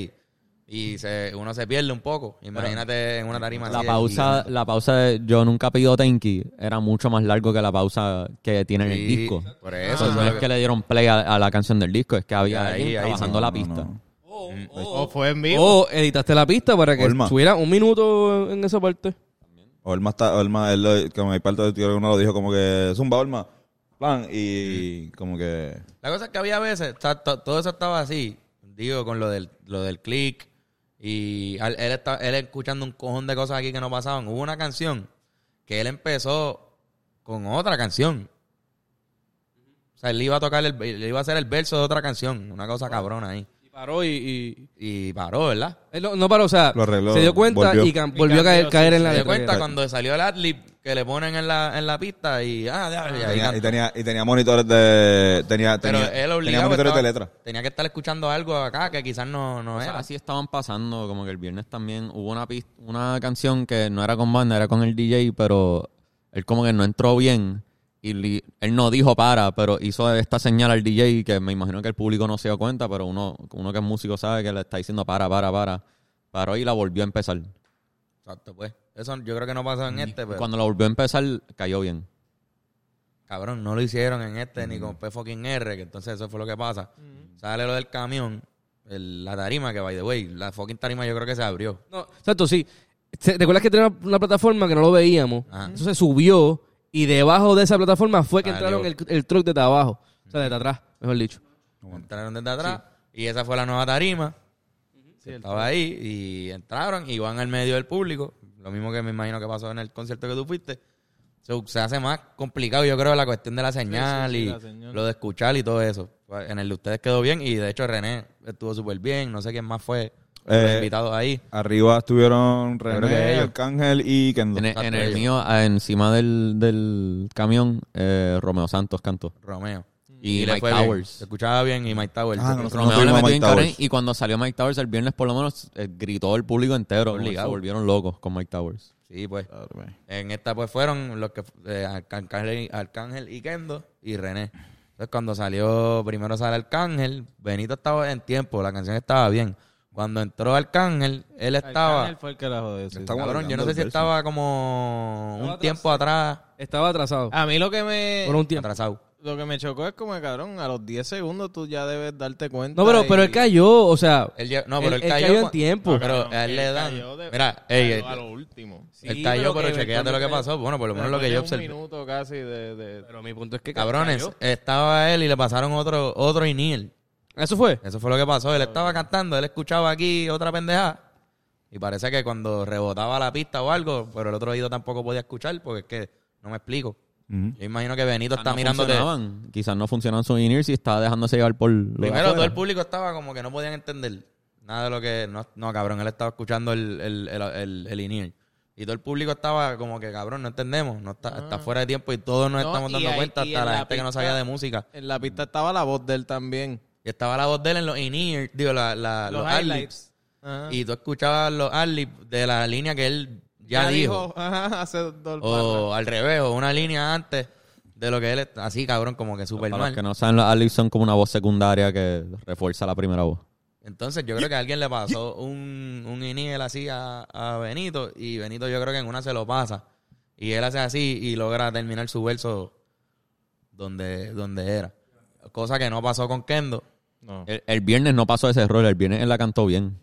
y, y se- uno se pierde un poco. Imagínate en una tarima posible. La así. pausa, la pausa de Yo Nunca Pido Tenki era mucho más largo que la pausa que tiene en el Sí, disco. Ah. por eso, O sea, no eso es que le dieron play a, a la canción del disco, es que había Ahí, alguien ahí, trabajando No, la no, pista. no. O fue en vivo. O editaste la pista para que Olma. subiera un minuto en esa parte. Olma está, Olma, él, lo- como hay parte de que uno lo dijo, como que, zumba, Olma, plan, y como que... La cosa es que había veces, o sea, to- todo eso estaba así, digo, con lo del, lo del click y al- él, está- él escuchando un cojón de cosas aquí que no pasaban. Hubo una canción que él empezó con otra canción. O sea, él iba a tocar, el, él iba a hacer el verso de otra canción. Una cosa cabrona ahí. Y paró y... y- Y paró, ¿verdad? él no, no paró, o sea, Lo arregló, se dio cuenta volvió. y cam- volvió a caer, caer en la Se dio letra. cuenta cuando salió el adlib que le ponen en la, en la pista y... Ah, ya, ya, Tenía- ya. y, tenía, y tenía monitores de. Tenía, Pero tenía, él tenía obligado monitores estaba- de letra. tenía que estar escuchando algo acá que quizás no, no Cosas era. Pues así estaban pasando, como que el viernes también hubo una pis- una canción que no era con banda, era con el DJ, pero él como que no entró bien y li- él no dijo para, pero hizo esta señal al DJ que me imagino que el público no se dio cuenta, pero uno, uno que es músico sabe que le está diciendo para, para, para. Paró y la volvió a empezar. Exacto, pues. Eso yo creo que no pasó en este, pero... Cuando la volvió a empezar, cayó bien. Cabrón, no lo hicieron en este ni con P fucking R, que entonces eso fue lo que pasa. Sale lo del camión, el- la tarima que, by the way, la fucking tarima yo creo que se abrió. No, exacto, sí. ¿Te ¿Recuerdas que tenía una, una plataforma que no lo veíamos? Ajá. Entonces subió y debajo de esa plataforma fue que Salió. entraron el, el truck desde abajo. O sea, desde atrás, mejor dicho. Entraron desde atrás y esa fue la nueva tarima. Que estaba ahí y entraron y van al medio del público. Lo mismo que me imagino que pasó en el concierto que tú fuiste. So, se hace más complicado, yo creo, la cuestión de la señal sí, y la señal. lo de escuchar y todo eso. En el de ustedes quedó bien y de hecho René estuvo súper bien. No sé quién más fue Eh, los invitados ahí. Arriba estuvieron Creo que René, ellos. Arcángel y Kendo. En, el- Exacto, en el ellos. mío, ah, encima del, del camión, eh, Romeo Santos cantó. Romeo. Mm. Y le Mike fue bien. Towers. Se escuchaba bien y Mike Towers. Ah, Se- no, Romeo le tuvimos a metió Mike en Karen Towers. y cuando salió Mike Towers el viernes por lo menos eh, gritó el público entero. como que Se Obligado. volvieron locos con Mike Towers. Sí, pues. En esta pues fueron los que eh, Arcángel, y- Arcángel y Kendo y René. Entonces cuando salió, primero sale Arcángel, Benito estaba en tiempo, la canción estaba bien. Cuando entró Arcángel, él estaba... Él fue el que la jodió, sí. Estaba cabrón, yo no hablando sé si del verso. estaba como un Estaba tiempo atrás, Estaba atrasado. Ah, A mí lo que me... por un tiempo. atrasado. Lo que me chocó es como, que, cabrón, a los 10 segundos tú ya debes darte cuenta. No, pero, y- pero él cayó, o sea. Él lle- no, pero él, Él- él cayó en cua- tiempo. Ah, Pero Cabrón, a él le dan... cayó de- Mira, cayó ey, a lo último. él cayó, pero chequéate chequéate lo que pasó. Bueno, por lo menos lo que yo observé. Un minuto casi de... de- Pero mi punto es que. Cabrones, cayó. estaba él y le pasaron otro, otro iniel. Eso fue. Eso fue lo que pasó. Él estaba cantando, él escuchaba aquí otra pendejada. Y parece que cuando rebotaba la pista o algo, pero el otro oído tampoco podía escuchar porque es que no me explico. Yo imagino que Benito Ah, está Quizás no mirándote. funcionaban, Quizás no funcionaban sus in-ears y estaba dejándose llevar por... lo de Primero, afuera. todo el público estaba como que no podían entender nada de lo que. No, no, cabrón, él estaba escuchando el, el, el, el, el in-ear. Y todo el público estaba como que, cabrón, no entendemos. no Está, está fuera de tiempo y todos nos Ah. No, estamos y dando ahí- cuenta, y hasta en la, la gente que no pista- sabía de música. En la pista estaba la voz de él también. Y estaba la voz de él en los in-ear, digo, la, la- Los los, highlights. highlights. Ajá. Y tú escuchabas los Arlip de la línea que él ya, dijo. Oh. Ajá, hace dos O al revés, o una línea antes de lo que él... est- Así, cabrón, como que súper Para los mal. que no saben, los Alex son como una voz secundaria que refuerza la primera voz. Entonces yo creo que a alguien le pasó un, un iniel así a, a Benito y Benito yo creo que en una se lo pasa. Y él hace así y logra terminar su verso donde, donde era. Cosa que no pasó con Kendo. No. El, el viernes no pasó ese error, el viernes él la cantó bien.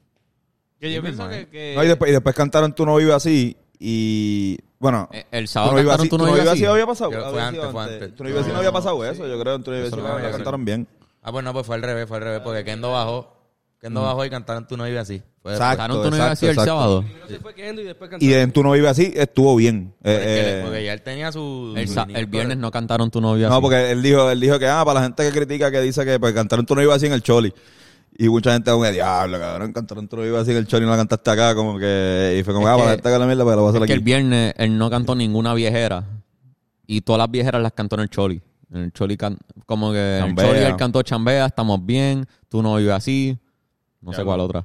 Que yo pienso que... que- No, y, después, y después cantaron Tú no vives así. Y bueno, Eh, Tú El no sábado vives cantaron así. Tú no vives así. había pasado. Yo- fue había antes, sido fue antes. antes. Tú no vives así no había pasado eso. Yo creo que Tú no vives Eso así no la había sido. cantaron bien. Ah, pues no, pues fue al revés, fue al revés, porque Kendo bajó. Mm. Kendo bajó y cantaron Tú no vives así. Fue después. Cantaron Tú no vives así el exacto. sábado. Primero se fue cayendo y después Y cantando. en Tú no vives así estuvo bien. Eh, Porque él- eh, porque ya él tenía su... El, su sa- inicio, el viernes pero- no cantaron Tú no vives así. No, porque él dijo, él dijo que, ah, para la gente que critica, que dice que pues, cantaron tú no ibas así en el Choli. Y mucha gente aún diablo, cabrón, cantaron tú no ibas así en el Choli, no la cantaste acá, como que... Y fue como, Es ah, para que- la gente que la mierda, pues la voy a hacer Es que el aquí. viernes él no cantó ninguna viejera. Y todas las viejeras las cantó en el Choli. En el Choli, can- como que en el Chambea. Choli él cantó Chambea, Estamos Bien, Tú no vives así. No sé cuál otra.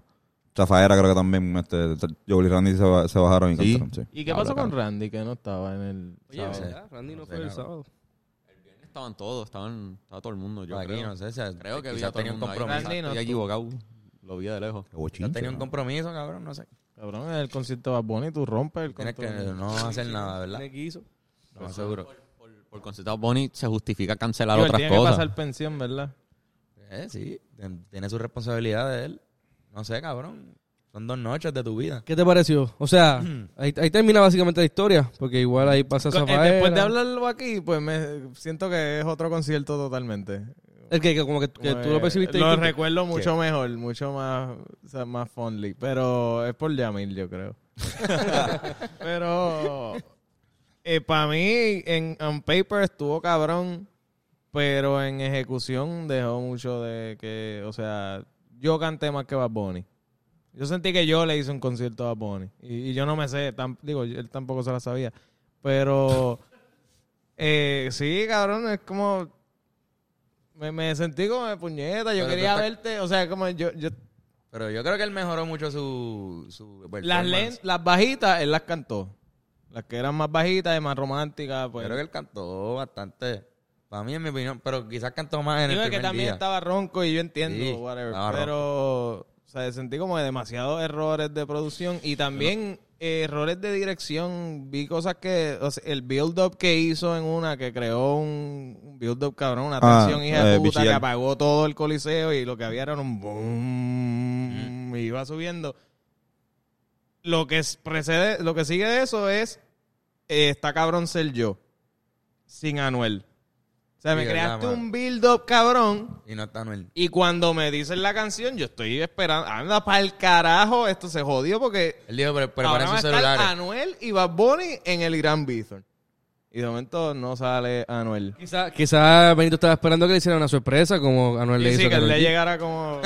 Zafaera creo que también, este, Joel y Randy se, ba- se bajaron y Sí. cantaron, sí. ¿Y qué pasó con Randy que no estaba en el... Oye, sábado? ¿verdad? Ah, Randy no, fue el sábado. Estaban todos, estaban, estaba todo el mundo. Yo Por aquí, no sé, se- creo que quizás vi a todo tenía el un mundo ahí. compromiso. Randy, no Estoy estuvo. equivocado. Lo vi de lejos. Qué bochinche, Quizás tenía un cabrón. compromiso, cabrón, no sé. Cabrón, en el concierto de Bad Bunny tú rompes el Tienes que control. no hacer nada, ¿verdad? Tiene que hizo. Lo más seguro. Por, por concepto Bonnie se justifica cancelar Digo, él otras tiene que cosas. pasar pensión, ¿verdad? Eh, sí, ten- tiene su responsabilidad de él. No sé, cabrón. Son dos noches de tu vida. ¿Qué te pareció? O sea, ahí, ahí termina básicamente la historia, porque igual ahí pasa Co- eh, Zafaera. Después de hablarlo aquí, pues me siento que es otro concierto totalmente. El que, que como que, que Como tú lo que percibiste. Pues, Lo distinto. recuerdo mucho mejor, mucho más, o sea, más fondly. Pero es por Yamil, yo creo. pero para mí, en on paper estuvo cabrón, pero en ejecución dejó mucho de que, o sea, yo canté más que Bad Bunny. Yo sentí que yo le hice un concierto a Bad Bunny. Y, y yo no me sé, tam- digo, él tampoco se la sabía. Pero, eh, sí, cabrón, es como... Me, me sentí como de puñeta, Pero yo tú quería estás- verte, o sea, como yo... yo Pero yo creo que él mejoró mucho su. su las, performance. len- las bajitas, él las cantó. Las que eran más bajitas y más románticas, pues... Creo que él cantó bastante. Para mí, en mi opinión, pero quizás cantó más en el Digo que primer también día. estaba ronco y yo entiendo, Sí, whatever. estaba Pero, o sea, sentí como que demasiados errores de producción y también eh, errores de dirección. Vi cosas que, o sea, el build-up que hizo en una que creó un un build-up cabrón, una Ah, tensión hija de eh, puta que Bichillal. apagó todo el coliseo y lo que había era un Mm. boom y iba subiendo. Lo que es- precede, lo que sigue de eso es eh, está cabrón ser yo sin Anuel. O sea, Sí, me verdad, creaste mano. un build-up cabrón Y no está Anuel. y cuando me dicen la canción, yo estoy esperando. Anda, para el carajo, esto se jodió porque Él dijo, "Pre- ahora preparen va a sus estar celulares. Anuel y Bad Bunny en el Irán Bithorn. Y de momento no sale Anuel. Quizás quizá Benito estaba esperando que le hiciera una sorpresa, como Anuel le Y hizo. sí, a que él Karol le G. llegara como...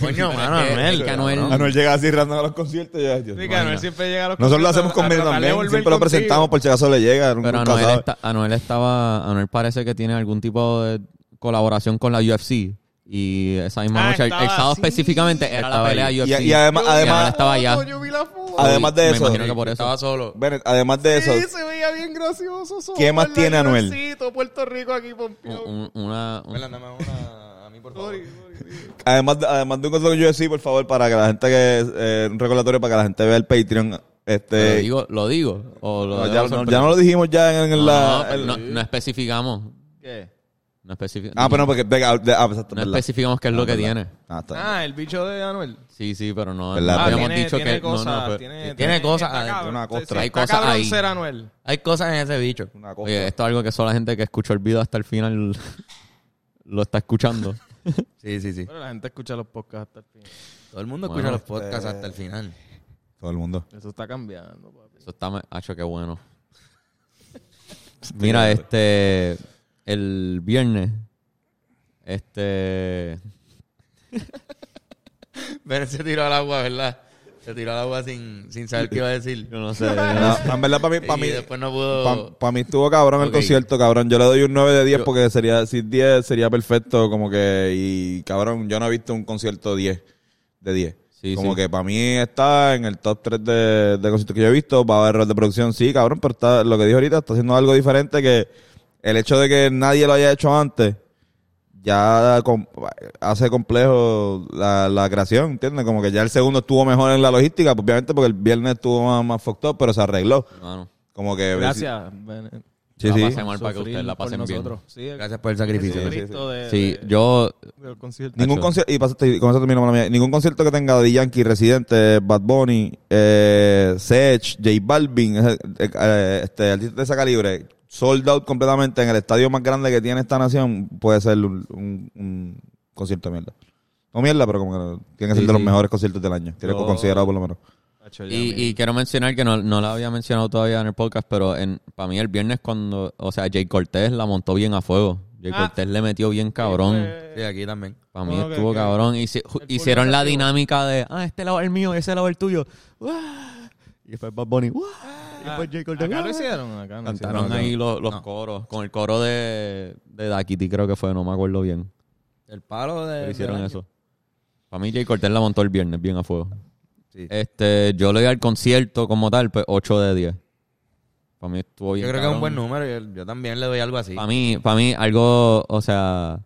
Coño, mano, Es que- Anuel. es que Anuel- cabrón. Anuel Ah, llega así random a los conciertos. Ya, Dios Sí, que mío. Anuel siempre llega a los Nosotros lo conciertos hacemos a- con a Melo tratar de también. volver Siempre lo contigo. presentamos por si acaso le llega. Pero nunca Anuel, sabe. está- Anuel estaba. Anuel parece que tiene algún tipo de colaboración con la UFC. Y esa misma Ah, noche, el, estaba el sábado así. específicamente, era la Estaba pelea ahí. UFC. Y, y además, Y Anuel además, estaba allá. No, yo vi la foto. además de Me eso, imagino que por eso. Estaba solo. Bennett, además de eso, Sí, se veía bien gracioso. solo ¿Qué más en la tiene Anuel? Ivancito, Puerto Rico aquí, Pompeo. un- un- una, un- Vela, dame una a mí, por favor. Sorry, sorry. además, de- además de un consejo que yo decía, por favor, para que la gente que eh, un recordatorio para que la gente vea el Patreon, lo este, digo, lo digo. O lo no, dejo ya, no, sorpresa. ya no lo dijimos ya en, en No, la, no, el- no- no especificamos. ¿Qué? No especificamos. ah, pero no, porque de- ah, de- ah, exacto, no verdad. especificamos qué es lo que verdad. tiene. Ah, está bien. Ah, el bicho de Anuel. Sí, sí, pero no, ¿Verdad? no Ah, habíamos tiene- dicho tiene que. cosas, no, no, pero- tiene, tiene cosas está adentro, cabrón. una costra. Sí, sí, Hay está cosas cabrón ahí. ser Anuel. Hay cosas en ese bicho. Una cosa. Oye, esto es algo que solo la gente que escuchó el video hasta el final lo está escuchando. Sí, sí, sí. Pero la gente escucha los podcasts hasta el final. Todo el mundo Bueno, escucha los podcasts hasta el final. Todo el mundo. Eso está cambiando, papi. Eso está... me- Acho, qué bueno. Mira, este... El viernes... Este... Pero se tiró al agua, ¿verdad? Se tiró al agua sin, sin saber qué iba a decir. Yo no sé. yo no- No, en verdad, para mí, para y mí, después no pudo. para mí estuvo cabrón el Ok. concierto, cabrón. Yo le doy un 9 de 10 porque sería, si es 10 sería perfecto, como que, y cabrón, yo no he visto un concierto 10 de 10. Sí, como sí. que para mí está en el top 3 de, de conciertos que yo he visto. Va a haber error de producción, sí, cabrón, pero está, lo que dijo ahorita está haciendo algo diferente que el hecho de que nadie lo haya hecho antes ya com- hace complejo la, la creación, ¿entiendes? Como que ya el segundo estuvo mejor en la logística, obviamente porque el viernes estuvo más, más fucked up, pero se arregló. Hermano, Como que. Gracias. Ben- Sí, la sí. pasen mal para que sufrir ustedes la por pasen bien. nosotros. Sí, el Gracias por el sacrificio. Sí, sí, sí. Cristo de- Sí, de- yo... del concierto. Ningún Nacho. concierto, y pasa- te- con eso termino, mala mía. ningún concierto que tenga de Yankee, Residente, Bad Bunny, eh, Sech, J Balvin, eh, eh, eh, este, artista de ese calibre, sold out completamente en el estadio más grande que tiene esta nación, puede ser un, un- un concierto de mierda. No mierda, pero como que tiene que ser Sí, de los sí. mejores conciertos del año. Tiene Yo- considerado por lo menos. Nacho, ya, Y, mira. y quiero mencionar que no, no la había mencionado todavía en el podcast, pero en, para mí el viernes cuando... O sea, Jay Cortés la montó bien a fuego. Jay Ah. Cortés le metió bien cabrón. Sí, aquí también. Para mí Bueno, que- estuvo que- cabrón. Hici- ju- hicieron la dinámica de, ah, este lado es el mío, ese lado es el tuyo. ¡Uah! Y después Bad Bunny. ¡Uah! Y después J. Cole, Ah, Acá ¡Uah! lo hicieron, acá no Cantaron hicieron. ahí los, los coros, con el coro de, de Daquiti creo que fue, no me acuerdo bien. El palo de. Pero hicieron del año. eso. Para mí Jay Cortés la montó el viernes bien a fuego. Sí. Este, yo le di al concierto como tal, pues 8 de 10. Para mí estuvo bien Yo creo que es un cabrón. buen número. Yo, yo también le doy algo así. Para mí, para mí, algo, o sea,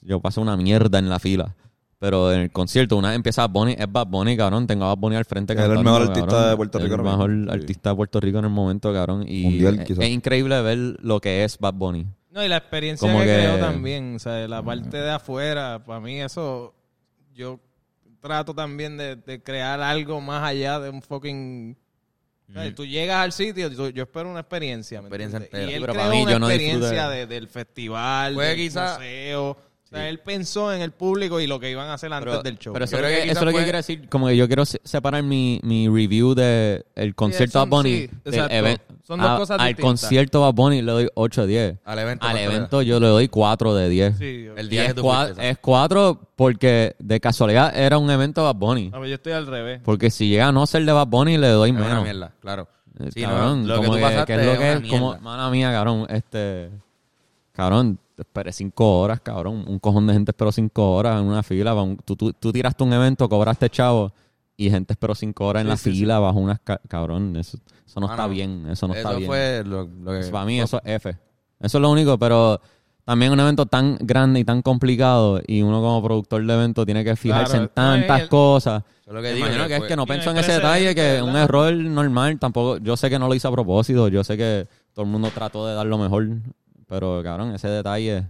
yo paso una mierda en la fila. Pero en el concierto, una vez empieza Bad Bunny, es Bad Bunny, cabrón. Tengo a Bad Bunny al frente. Era el cantando, mejor artista cabrón. de Puerto Rico El ahora mismo. mejor Sí. artista de Puerto Rico en el momento, cabrón. Y Mundial, es, quizás. es increíble ver lo que es Bad Bunny. No, y la experiencia Como que, que- creó también, o sea, la parte de afuera, para mí eso, yo trato también de, de crear algo más allá de un fucking... o sea, Tú llegas al sitio, tú- yo espero una experiencia. ¿me Experiencia entiendes? entera. Y él Pero creó para mí una yo no disfruté. experiencia de- del festival, Fue del quizá- museo. O sea, él pensó en el público y lo que iban a hacer antes del show. Pero eso, Yo creo creo que- que Eh, eso quizás es lo que fue- quiero decir. Como que yo quiero se- separar mi, mi review de el concierto Sí, de Bad Bunny sí, del exacto. event- Son dos a- cosas al distintas. concierto Bad Bunny le doy 8 de 10. Al Ah, evento. Al pues, evento yo le doy 4 de 10. Sí, El Y día es, que tú cua- fuiste, es 4 porque de casualidad era un evento Bad Bunny. Ah. a ver, yo estoy al revés. Porque si llega a no ser de Bad Bunny le doy Es una menos. mierda, claro. Eh, Sí, no, cabrón, lo que como tú pasaste es lo es que una es, como- mierda. mala mía, cabrón, este, cabrón, te esperé cinco horas, cabrón, un cojón de gente esperó cinco horas en una fila, pa' un- tú, tú- tú tiraste un evento, cobraste chavo y gente esperó cinco horas en la fila bajo unas, ca- cabrón, eso, eso no Mano, está bien, eso no está Ah, Eso bien. fue lo, lo que. Eso para mí eso es F. Eso es lo único, pero también un evento tan grande y tan complicado y uno como productor de evento tiene que fijarse Claro. en tantas Eh, el- cosas. Eso es lo que Me digo, imagino que que es fue- que no Tiene pienso en que ese ser detalle, gente, que ¿verdad? un error normal tampoco, yo sé que no lo hice a propósito, yo sé que todo el mundo trató de dar lo mejor, pero cabrón, ese detalle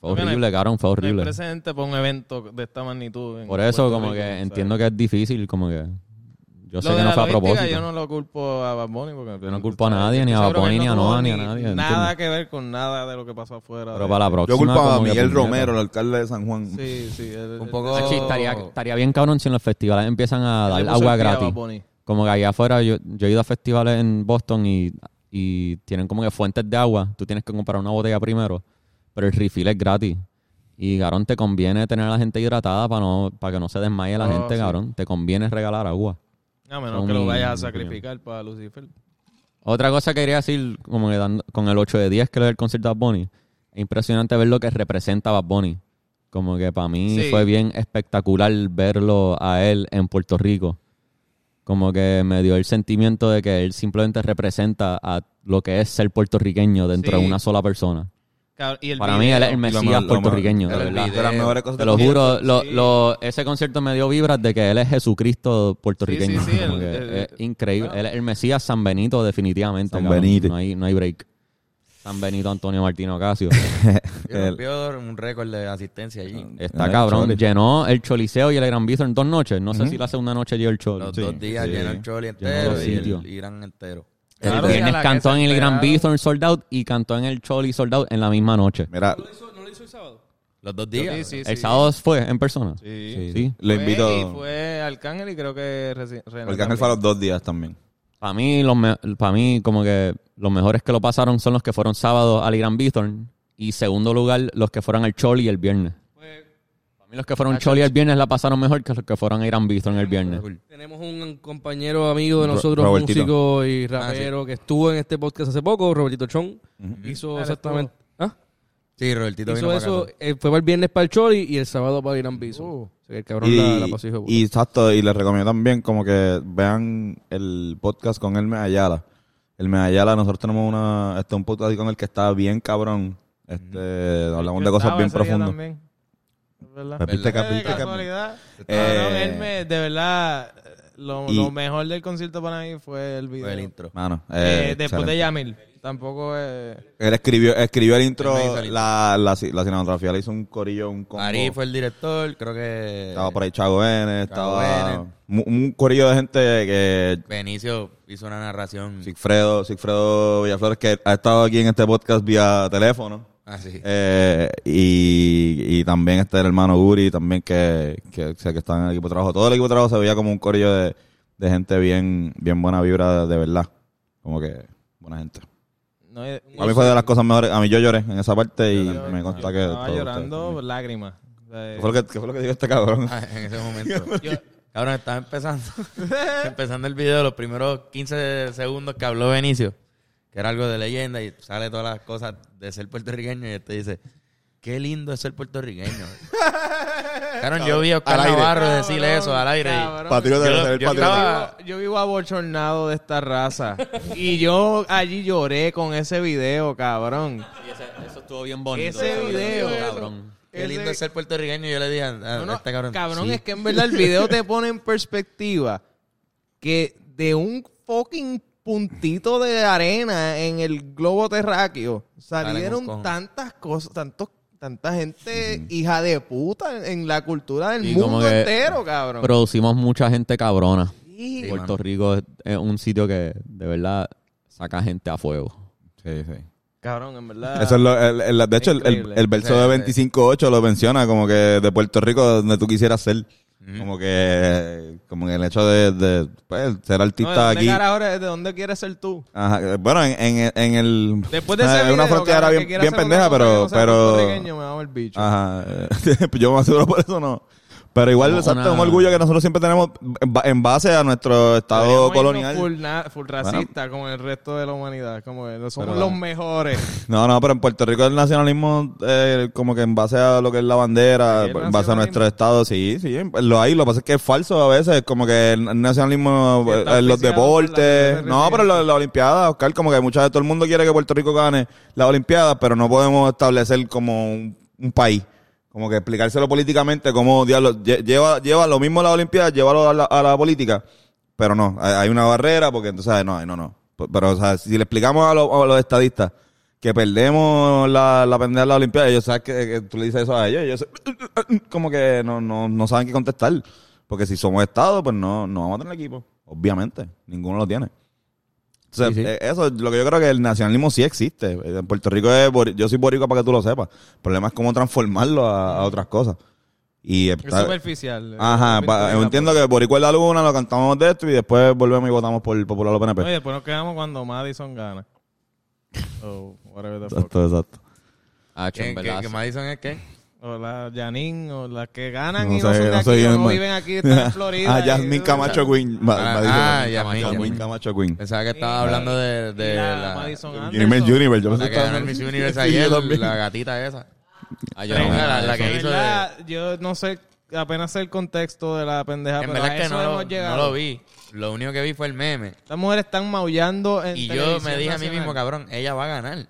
fue Porque no hay- horrible, cabrón, fue No hay horrible. precedente para un evento de esta magnitud. en Por eso Puerto como Rico, que ¿sabes? entiendo que es difícil, como que yo sé Lo que de no la fue a logística, propósito. Yo no lo culpo a Bad Bunny porque Yo no culpo a nadie, ni a Bad Seguro que Bunny, él ni a no tuvo Noah, ni a ni nadie, Nada ¿entiendes? que ver con nada de lo que pasó afuera. Pero de- para la Yo próxima... culpo a como que Miguel puñeta. Romero, el alcalde de San Juan. Sí, sí. él- Un él- poco- Sí, estaría, estaría bien cabrón si en los festivales empiezan a él le puso el pie dar agua a gratis. Bad Bunny. Como que allá afuera, yo, yo he ido a festivales en Boston y, y tienen como que fuentes de agua. Tú tienes que comprar una botella primero, pero el refill es gratis. Y, cabrón, te conviene tener a la gente hidratada para no para que no se desmaye la Oh, gente, sí. cabrón. Te conviene regalar agua. A menos Son que lo mi- vayas a mi sacrificar para Lucifer. Otra cosa que quería decir, como que dando- con el 8 de 10 que le da el concierto a Bad Bunny, es impresionante ver lo que representa Bad Bunny. Como que para mí Sí. fue bien espectacular verlo a él en Puerto Rico. Como que me dio el sentimiento de que él simplemente representa a lo que es ser puertorriqueño dentro Sí. de una sola persona. Cabrón, y el Para mí video. él es el Y lo mesías mejor- lo mejor- puertorriqueño, de el- verdad. De las mejores cosas Te del lo mundo. juro, lo- sí. lo- ese concierto me dio vibras de que él es Jesucristo puertorriqueño. Sí, sí, sí, Como el- que el- es increíble. Él es el Mesías San Benito, definitivamente. San cabrón. Benito. No hay, no hay break. San Benito Antonio Martino Casio. Yo rompió un récord de asistencia allí. Está El cabrón. Ah, Choli. Llenó el Choliseo y el Gran Bistro en dos noches. No sé Ujú. si la segunda noche llegó el Choli. Los dos días sí. llenó el Choli Llenó entero los y sitios. el Irán entero. El Claro, viernes sí, a la que cantó se en el Gran esperaron. Bistro sold out y cantó en el Choli sold out en la misma noche. Mira, ¿No lo hizo el sábado? Los dos Sí, días. sí, sí. El sábado fue en persona. Sí. sí. le Fue él Pues, y invito. Fue Arcángel y creo que reci- Renan Porque Ángel también. fue a los dos días también. Para mí, los me- pa' mí, como que los mejores que lo pasaron son los que fueron sábado al Irán Bithorn y segundo lugar los que fueron al Choli el viernes. Para mí los que fueron Choli el viernes la pasaron mejor que los que fueron a Irán Bithorn el viernes. Tenemos un compañero amigo de Ro- nosotros, Robertito. músico y rapero, que estuvo en este podcast hace poco, Robertito Chon. Hizo exactamente. ¿Ah? Sí, Robertito vino Hizo para eso, casa. eh, fue para el viernes para el Choli y el sábado para Irán Biso. Oh. O sea, que el cabrón Y, la, la pasó hijo de puta. y exacto, y les recomiendo también como que vean el podcast con el Ayala. El Ayala, nosotros tenemos una, este, un podcast ahí con el que está bien cabrón. Este, hablamos de Yo cosas estaba bien ese día profundas. también. Es verdad. Me viste que- Fue de viste que- casualidad. Eh, Cabrón, él me- de verdad, lo, y- lo mejor del concierto para mí fue el video. Fue el intro. Mano, Eh, eh, después excelente. de Yamil. Tampoco es... Él escribió, escribió el intro, Él me hizo el intro. la, la, ci- la cinematografía le hizo un corillo, un combo. Ari fue el director, creo que. Estaba por ahí Chago N, Chago estaba N. mu- un, corillo de gente que... Benicio hizo una narración. Sigfredo, Sigfredo Villaflores, que ha estado aquí en este podcast vía teléfono. Así. Eh, y, y también está el hermano Uri, también que, que, o sea, que está en el equipo de trabajo. Todo el equipo de trabajo se veía como un corillo de, de gente bien, bien buena vibra, de, de verdad. Como que buena gente. No es A mí fue de las cosas mejores. A mí yo lloré en esa parte y me consta que. estaba todos llorando Ah. ustedes- lágrimas. O sea, ¿Qué fue, lo que, qué fue lo que dijo este cabrón? en ese momento. Cabrón, estaba empezando. empezando el video, los primeros 15 segundos que habló Benicio, que era algo de leyenda, y sale todas las cosas de ser puertorriqueño, y él te dice, qué lindo es ser puertorriqueño. Cabrón, yo vi a Oscar Al aire. Navarro decir Cabrón, eso al aire. y- cabrón. Patriota, Yo- ser yo patriota. estaba- Yo vivo abochornado de esta raza. y yo allí lloré con ese video, cabrón. Eso estuvo bien bonito. Ese Eso video, estuvo cabrón. Qué lindo es ser puertorriqueño. Yo le dije a, a No, no, este cabrón. sí. es que en verdad el video te pone en perspectiva que de un fucking puntito de arena en el globo terráqueo un salieron cojón. tantas cosas, tantos tanta gente hija de puta en, en la cultura del Y como mundo que entero, cabrón. Producimos mucha gente cabrona. Sí. Sí, Puerto mano. Rico es, es un sitio que de verdad saca gente a fuego. Sí, sí. Cabrón, en verdad. Eso es lo, el- el- de hecho, el, el- el verso Sí, de sí. 25.8 lo menciona como que de Puerto Rico, donde tú quisieras ser. Como que, como que el hecho de, de, pues, ser No, ¿de artista dónde aquí. carajo eres? ¿De dónde quieres ser tú? Ajá, eh, bueno, en, en, en el. Después de eh, ese video, una frase ahora cabrón, que bien, quiera bien hacer una pendeja, cosa que pero. no sea puertorriqueño, pero Me hago el bicho. ajá. eh, yo me aseguro por eso no. Pero igual, Como exacto, una- es un orgullo que nosotros siempre tenemos en ba- en base a nuestro estado Deberíamos irnos colonial. Full, na- full racista como el resto de la humanidad. Como que no somos Pero- los mejores. No, no, pero en Puerto Rico el nacionalismo, eh, como que en base a lo que es la bandera, Sí, el en base a nacionalismo. nuestro estado, sí, sí, lo hay, lo que pasa es que es falso a veces, como que el nacionalismo Sí, eh, está en los auspiciado por la deportes, RCC. no, pero en la, la Olimpiada, Oscar, como que muchas veces todo el mundo quiere que Puerto Rico gane las Olimpiadas, pero no podemos establecer como un, un país. Como que explicárselo políticamente, como diablo, lle- lleva, lleva lo mismo a la Olimpiada, llévalo a la, a la política. Pero no, hay hay una barrera porque entonces, no, no, no. P- Pero, o sea, si le explicamos a, los- a los estadistas que perdemos la, la pendeja de la Olimpiada, ellos saben que, que tú le dices eso a ellos, ellos se- como que no, no, no saben qué contestar. Porque si somos Estado, pues no, no vamos a tener equipo. Obviamente, ninguno lo tiene. Entonces, eh, eso es lo que yo creo que el nacionalismo sí existe. Eh, En Puerto Rico, es bori- yo soy boricua para que tú lo sepas. El problema es cómo transformarlo a, a otras cosas. Y Es está- superficial. eh, Ajá, Es pa- superficial. yo entiendo que Boricua es la luna, lo cantamos de esto y después volvemos y votamos por el Popular o PNP. No, y después nos quedamos cuando Madison gana. O whatever the fuck. Exacto, exacto. Ah, ¿Qué, chon, qué, ¿verdad? qué Madison es qué? O la Janine, o las que ganan No y no sé, son de no aquí, sé, o yo- no viven aquí, están en Florida. Ah, y- Jasmine Camacho Queen. Ma- Ah, ma- ah, dice- Yasmín, Jasmine Yasmín. Camacho Queen. Pensaba que estaba Sí, hablando de, y de la Eh, la, Ah, Universe Madison Anderson. Universe, yo la pensé que que ganó el estaba- Miss Universe Sí, yo ayer, también. la gatita esa. Ah, yo Venga, no, la- no, la eso- que- hizo de- ¿Verdad? Yo no sé, apenas sé el contexto de la pendeja, en pero verdad a es que eso no, lo- hemos llegado. no lo vi. Lo único que vi fue el meme. Estas mujeres están maullando en Y yo televisión me dije a mí nacional. mismo, cabrón, ella va a ganar.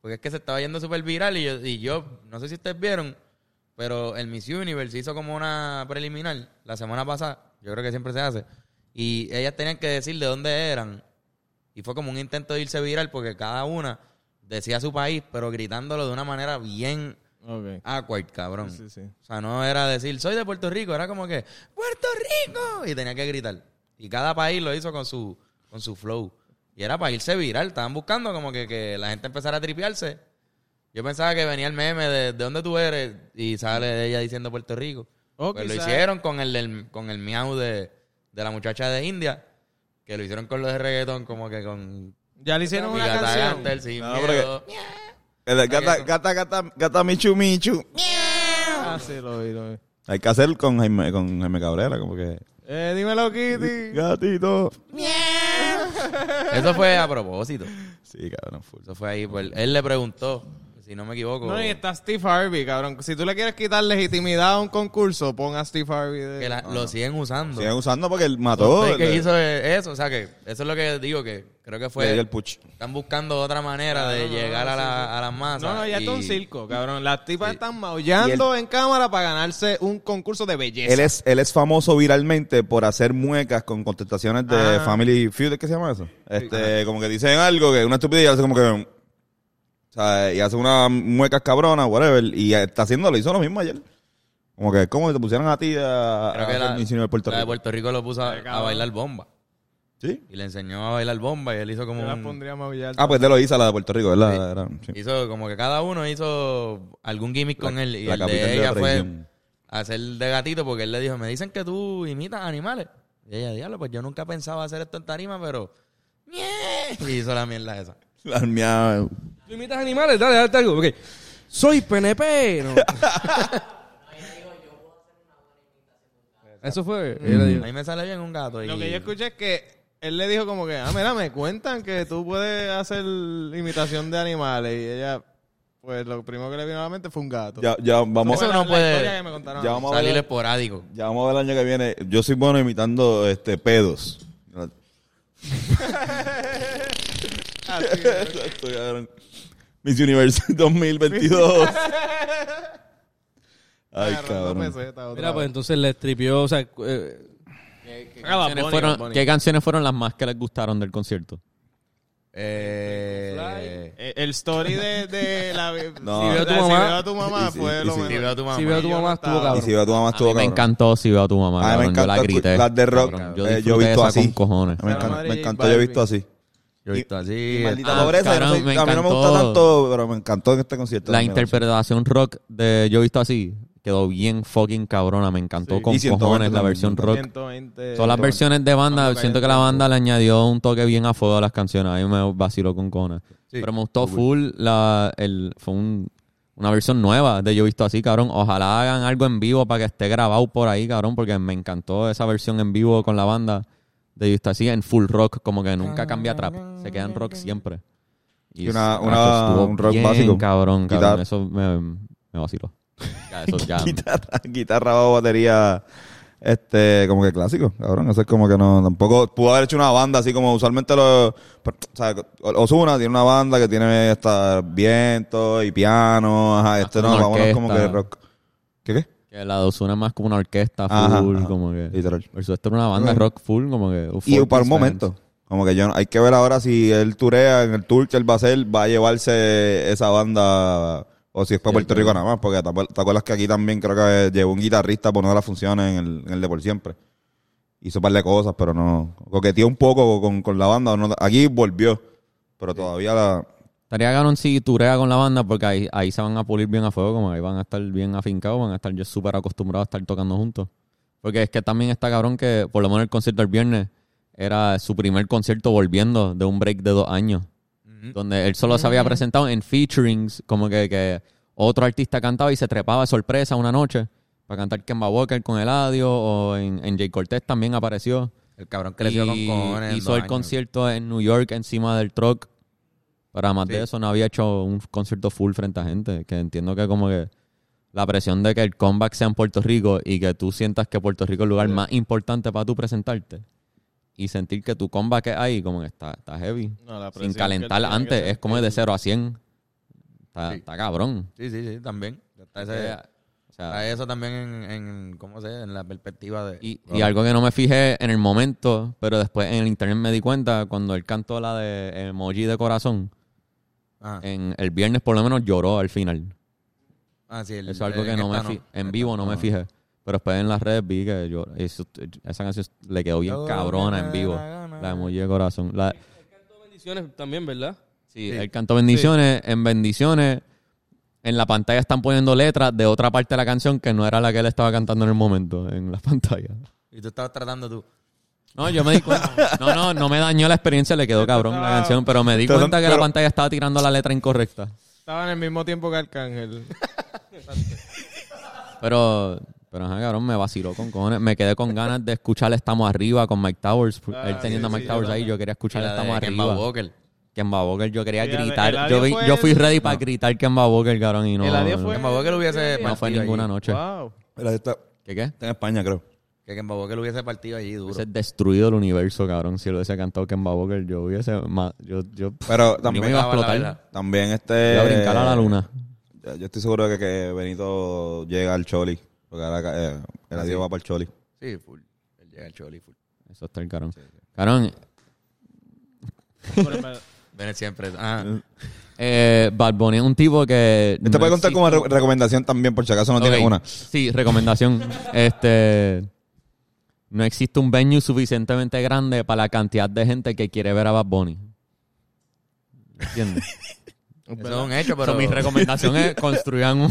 Porque es que se estaba yendo súper viral y yo, y yo, no sé si ustedes vieron, pero el Miss Universe hizo como una preliminar la semana pasada, yo creo que siempre se hace, y ellas tenían que decir de dónde eran. Y fue como un intento de irse viral porque cada una decía su país, pero gritándolo de una manera bien Ok. awkward, cabrón. Sí, sí. O sea, no era decir, soy de Puerto Rico, era como que, ¡Puerto Rico! Y tenía que gritar. Y cada país lo hizo con su, con su flow. Y era para irse viral. Estaban buscando como que, que la gente empezara a tripearse. Yo pensaba que venía el meme de, ¿de dónde tú eres? Y sale ella diciendo Puerto Rico. O Pues lo quizás- hicieron con el, del- con el miau de, de la muchacha de India. Que lo hicieron con los de reggaetón, como que con... Ya le hicieron una Gata canción. Gantel, sin No, porque- miedo. El de Gata, gata, gata, gata, Michu Michu. Ah, sí, lo vi, lo vi. Hay que hacer con Jaime, con Jaime Cabrera, como que. Eh, dímelo, Kitty. Gatito. Eso fue a propósito. Sí, cabrón, full. Eso fue ahí. Pues, él le preguntó, si no me equivoco, No, y está Steve Harvey, cabrón. Si tú le quieres quitar legitimidad a un concurso, pon a Steve Harvey. de- que la- lo siguen usando. Siguen usando porque él mató. Usted el- que hizo eh, eso, o sea que eso es lo que digo que creo que le fue dio el push. están buscando otra manera de llegar a, la, a las masas. No, no, ya está y- un circo, cabrón. Las tipas están maullando en cámara para ganarse un concurso de belleza. Él es, él es famoso viralmente por hacer muecas con contestaciones de Ah. Family Feud, ¿es que se llama eso? Este, como que dicen algo, que es una estupidez, y hace como que... O sea, y hace unas muecas cabronas, whatever, y está haciendo, lo hizo lo mismo ayer. Como que es como si te pusieran a ti Creo a, a que hacer la, Miss Universe Puerto la de Rico. Puerto Rico lo puso a, a cabrón. bailar bomba ¿Sí? y le enseñó a bailar bomba y él hizo como Yo las un- pondría a maullar. Ah, pues de lo hizo la de Puerto Rico, ¿verdad? Era- sí. hizo como que cada uno hizo algún gimmick con él y la el capital de de la ella fue región. hacer de gatito porque él le dijo, "Me dicen que tú imitas animales." Y ella, "Diablo, pues yo nunca pensaba hacer esto en tarima, pero" Y hizo la mierda esa. La mía... ¿Tú imitas animales? Dale, dale algo. Ok. Soy PNP. No. Eso fue. Ella le dijo, A mí me sale bien un gato. pues, Y... Lo que yo escuché es que él le dijo como que, ah, mira, me cuentan que tú puedes hacer imitación de animales. Y ella, pues lo primero que le vino a la mente fue un gato. Ya, ya vamos... Fue Eso la- no la puede- historia que me contaron Ya a mí. vamos a Salir ver- esporádico. Ya vamos a ver el año que viene. Yo soy bueno imitando este pedos. Exacto, cabrón. Miss Universe 2022. Ay, Agarrando cabrón. peseta otra Mira, pues vez. entonces le estripió, o sea, eh, Ah, Bad Bunny, fueron- Bad Bunny. ¿Qué canciones fueron las más que les gustaron del concierto? Eh, Eh, El story de, de la... No. Si veo a tu Si mamá, veo a tu mamá, mamá fue fue lo lo mejor. si veo a tu mamá. si veo a tu yo mamá no estuvo estaba. Y cabrón. si veo a tu mamá, A mí estuvo me Oh, cabrón. encantó si veo a tu mamá. A mí me cabrón. yo encanta la grité. las de rock. cabrón. Eh, disfruté Yo he visto esa así. con cojones. A mí me Pero encanta- madre Me J encantó, yo he visto así. Yo he visto así. Maldita ah, pobreza. yo no cabrón, soy- me A mí no me encantó. gusta tanto, pero me encantó en este concierto. La Me- interpretación rock de Yo he visto así, Quedó bien fucking cabrona. Me encantó Sí. con Y 120 cojones la también. versión rock. 120. Todas las versiones de banda, Cuando siento que la cayó. banda le añadió un toque bien a fuego a las canciones. A mí me vaciló con cojones. Pero me gustó full la, el, fue un- una versión nueva de Yo he visto así, cabrón. Ojalá hagan algo en vivo para que esté grabado por ahí, cabrón, porque me encantó esa versión en vivo con la banda de Yo he visto así en full rock, como que nunca cambia trap, se queda en rock siempre. Y una- eso una- estuvo un rock bien, básico. cabrón, cabrón. Guitar- Eso me, me vaciló. Ya, eso ya- guitarra, guitarra o batería, este, como que clásico, cabrón. Eso es como que no, tampoco pudo haber hecho una banda así como usualmente lo, o sea, Ozuna tiene una banda que tiene hasta viento y piano, ajá, este no, una vámonos como que orquesta. rock. ¿Qué qué? que la de Ozuna es más como una orquesta Ajá, full, ajá, como que... literal. Versus esto era una banda Ok. rock full, como que... Y folk para un inspired. momento. Como que yo no- hay que ver ahora si él turea en el tour que él va a hacer, va a llevarse esa banda o si es para Puerto Rico nada más, porque te acuer- te acuerdas que aquí también creo que llevó un guitarrista por una de las funciones en el, en el de por siempre. Hizo un par de cosas, pero no. Coqueteó un poco con, con la banda. no- aquí volvió, pero todavía la. Estaría cabrón si turea con la banda porque ahí, ahí se van a pulir bien a fuego, como ahí van a estar bien afincados, van a estar yo súper acostumbrados a estar tocando juntos. Porque es que también está cabrón que por lo menos el concierto del viernes era su primer concierto volviendo de un break de dos años. Donde él solo se había presentado en featurings, como que, que otro artista cantaba y se trepaba de sorpresa una noche para cantar Kemba Walker con Eladio o en, en Jay Cortez también apareció. El cabrón creció Y con cojones. en Hizo dos el años. concierto en New York encima del truck. Pero además de Sí. eso, no había hecho un concierto full frente a gente. Que entiendo que como que la presión de que el comeback sea en Puerto Rico y que tú sientas que Puerto Rico es el lugar más importante para tú presentarte. Y sentir que tu comeback es ahí, como que está, está heavy. No, la presión Sin que calentar tiene que antes, ser. es como de 0 a 100. Está, Sí. está cabrón. Sí, sí, sí, también. Está, ese- Eh, o sea, está eso también en, en, ¿cómo se? En la perspectiva de... Y, y algo que no me fijé en el momento, pero después en el internet me di cuenta cuando él cantó la de emoji de corazón. Ah, En el viernes por lo menos lloró al final. ah, sí, el- Eso es algo en que no me esta fi- en vivo no me fijé. Pero después en las redes vi que yo, eso- esa canción le quedó bien Todo cabrona me en vivo. da gana. La de emoji de corazón. La, Bendiciones también, ¿verdad? sí, él cantó bendiciones. En bendiciones, en la pantalla están poniendo letras de otra parte de la canción que no era la que él estaba cantando en el momento, en la pantalla. Y tú estabas tratando tú. No, yo me di cuenta. No, no, no me dañó la experiencia, le quedó cabrón la canción, pero me di Pero- cuenta que la pero- pantalla estaba tirando la letra incorrecta. Estaba en el mismo tiempo que Arcángel. Pero, pero ajá, cabrón, me vaciló con cojones. Me quedé con ganas de escuchar Estamos Arriba con Mike Towers. Ah, Él teniendo a Mike Towers ahí, yo quería escuchar Y la de Estamos Kemba Arriba. Walker. Kemba Walker, yo quería Sí, el- el gritar. adiós Yo, vi- fue yo fui el- ready para gritar Kemba Walker, cabrón, y no, El adiós no, fue- Kemba Walker hubiese no fue partido allí. ninguna noche. wow. Mira, Está, ¿Qué qué? está en España, creo. Que Kemba Walker hubiese partido allí duro. Hubiese destruido el universo, cabrón. Si lo hubiese cantado Kemba Walker, yo hubiese... ma- Yo, yo, Pero yo me también, iba a daba la explotar. verdad. también Yo este. iba a brincar a la luna. Ya, Yo estoy seguro de que, que Benito llega al Choli. Porque ahora eh, el adiós va para el Choli. Sí, full. Él llega al Choli, full. Eso está el carón. Carón, Por el- Ven siempre. Ah, eh, Bad Bunny es un tipo que. Este no puede contar existe- como re- recomendación también, por si acaso no tiene Ok, una. Sí, recomendación. este. No existe un venue suficientemente grande para la cantidad de gente que quiere ver a Bad Bunny. ¿Entiendes? eso es un hecho, pero... Pero mi recomendación es construyan un,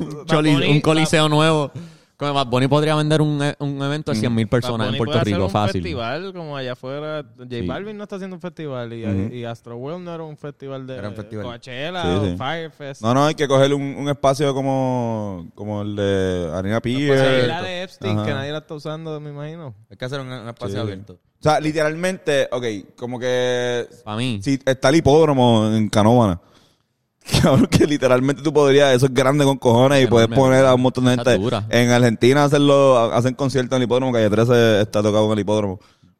un choli- Bunny- un coliseo nuevo. Como Bad Bunny podría vender un, e- un evento Mm. de 100.000 personas en Bunny Puerto puede hacer Rico, un fácil. festival como allá afuera. J Sí. Balvin no está haciendo un festival y, y Astro World no era un festival de Era un festival. Coachella Sí, o sí. Firefest. No, no, hay que coger un, un espacio como, como el de Arena Pues ahí Pier. la de Epstein Ajá. que nadie la está usando, me imagino. Hay que hacer un, un espacio Sí. abierto. O sea, literalmente, ok, como que Para mí. si está el hipódromo en Canóvana. Cabrón, que literalmente tú podrías, eso es grande con cojones y puedes Enorme. poner a un montón de Está gente. dura. En Argentina hacerlo, hacen conciertos en el hipódromo, Calle 13 está tocado en el hipódromo.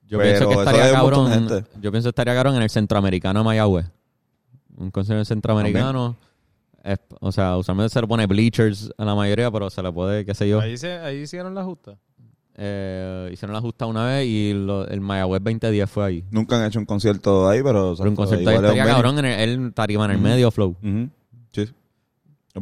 Yo Pero pienso que eso estaría hay un montón de cabrón. gente. Yo pienso que estaría cabrón en el centroamericano de Mayagüez. Un concierto centroamericano. es- o sea, usualmente se le pone bleachers a la mayoría, pero se le puede, qué sé yo. Ahí, se, ahí hicieron la justa. Eh, hicieron la justa una vez y lo- el Mayagüez 2010 fue ahí. Nunca han hecho un concierto ahí, pero... Pero exacto, un concierto ahí igual es un estaría venue. cabrón en el, el tarima en el medio flow. Ujú. Sí. Es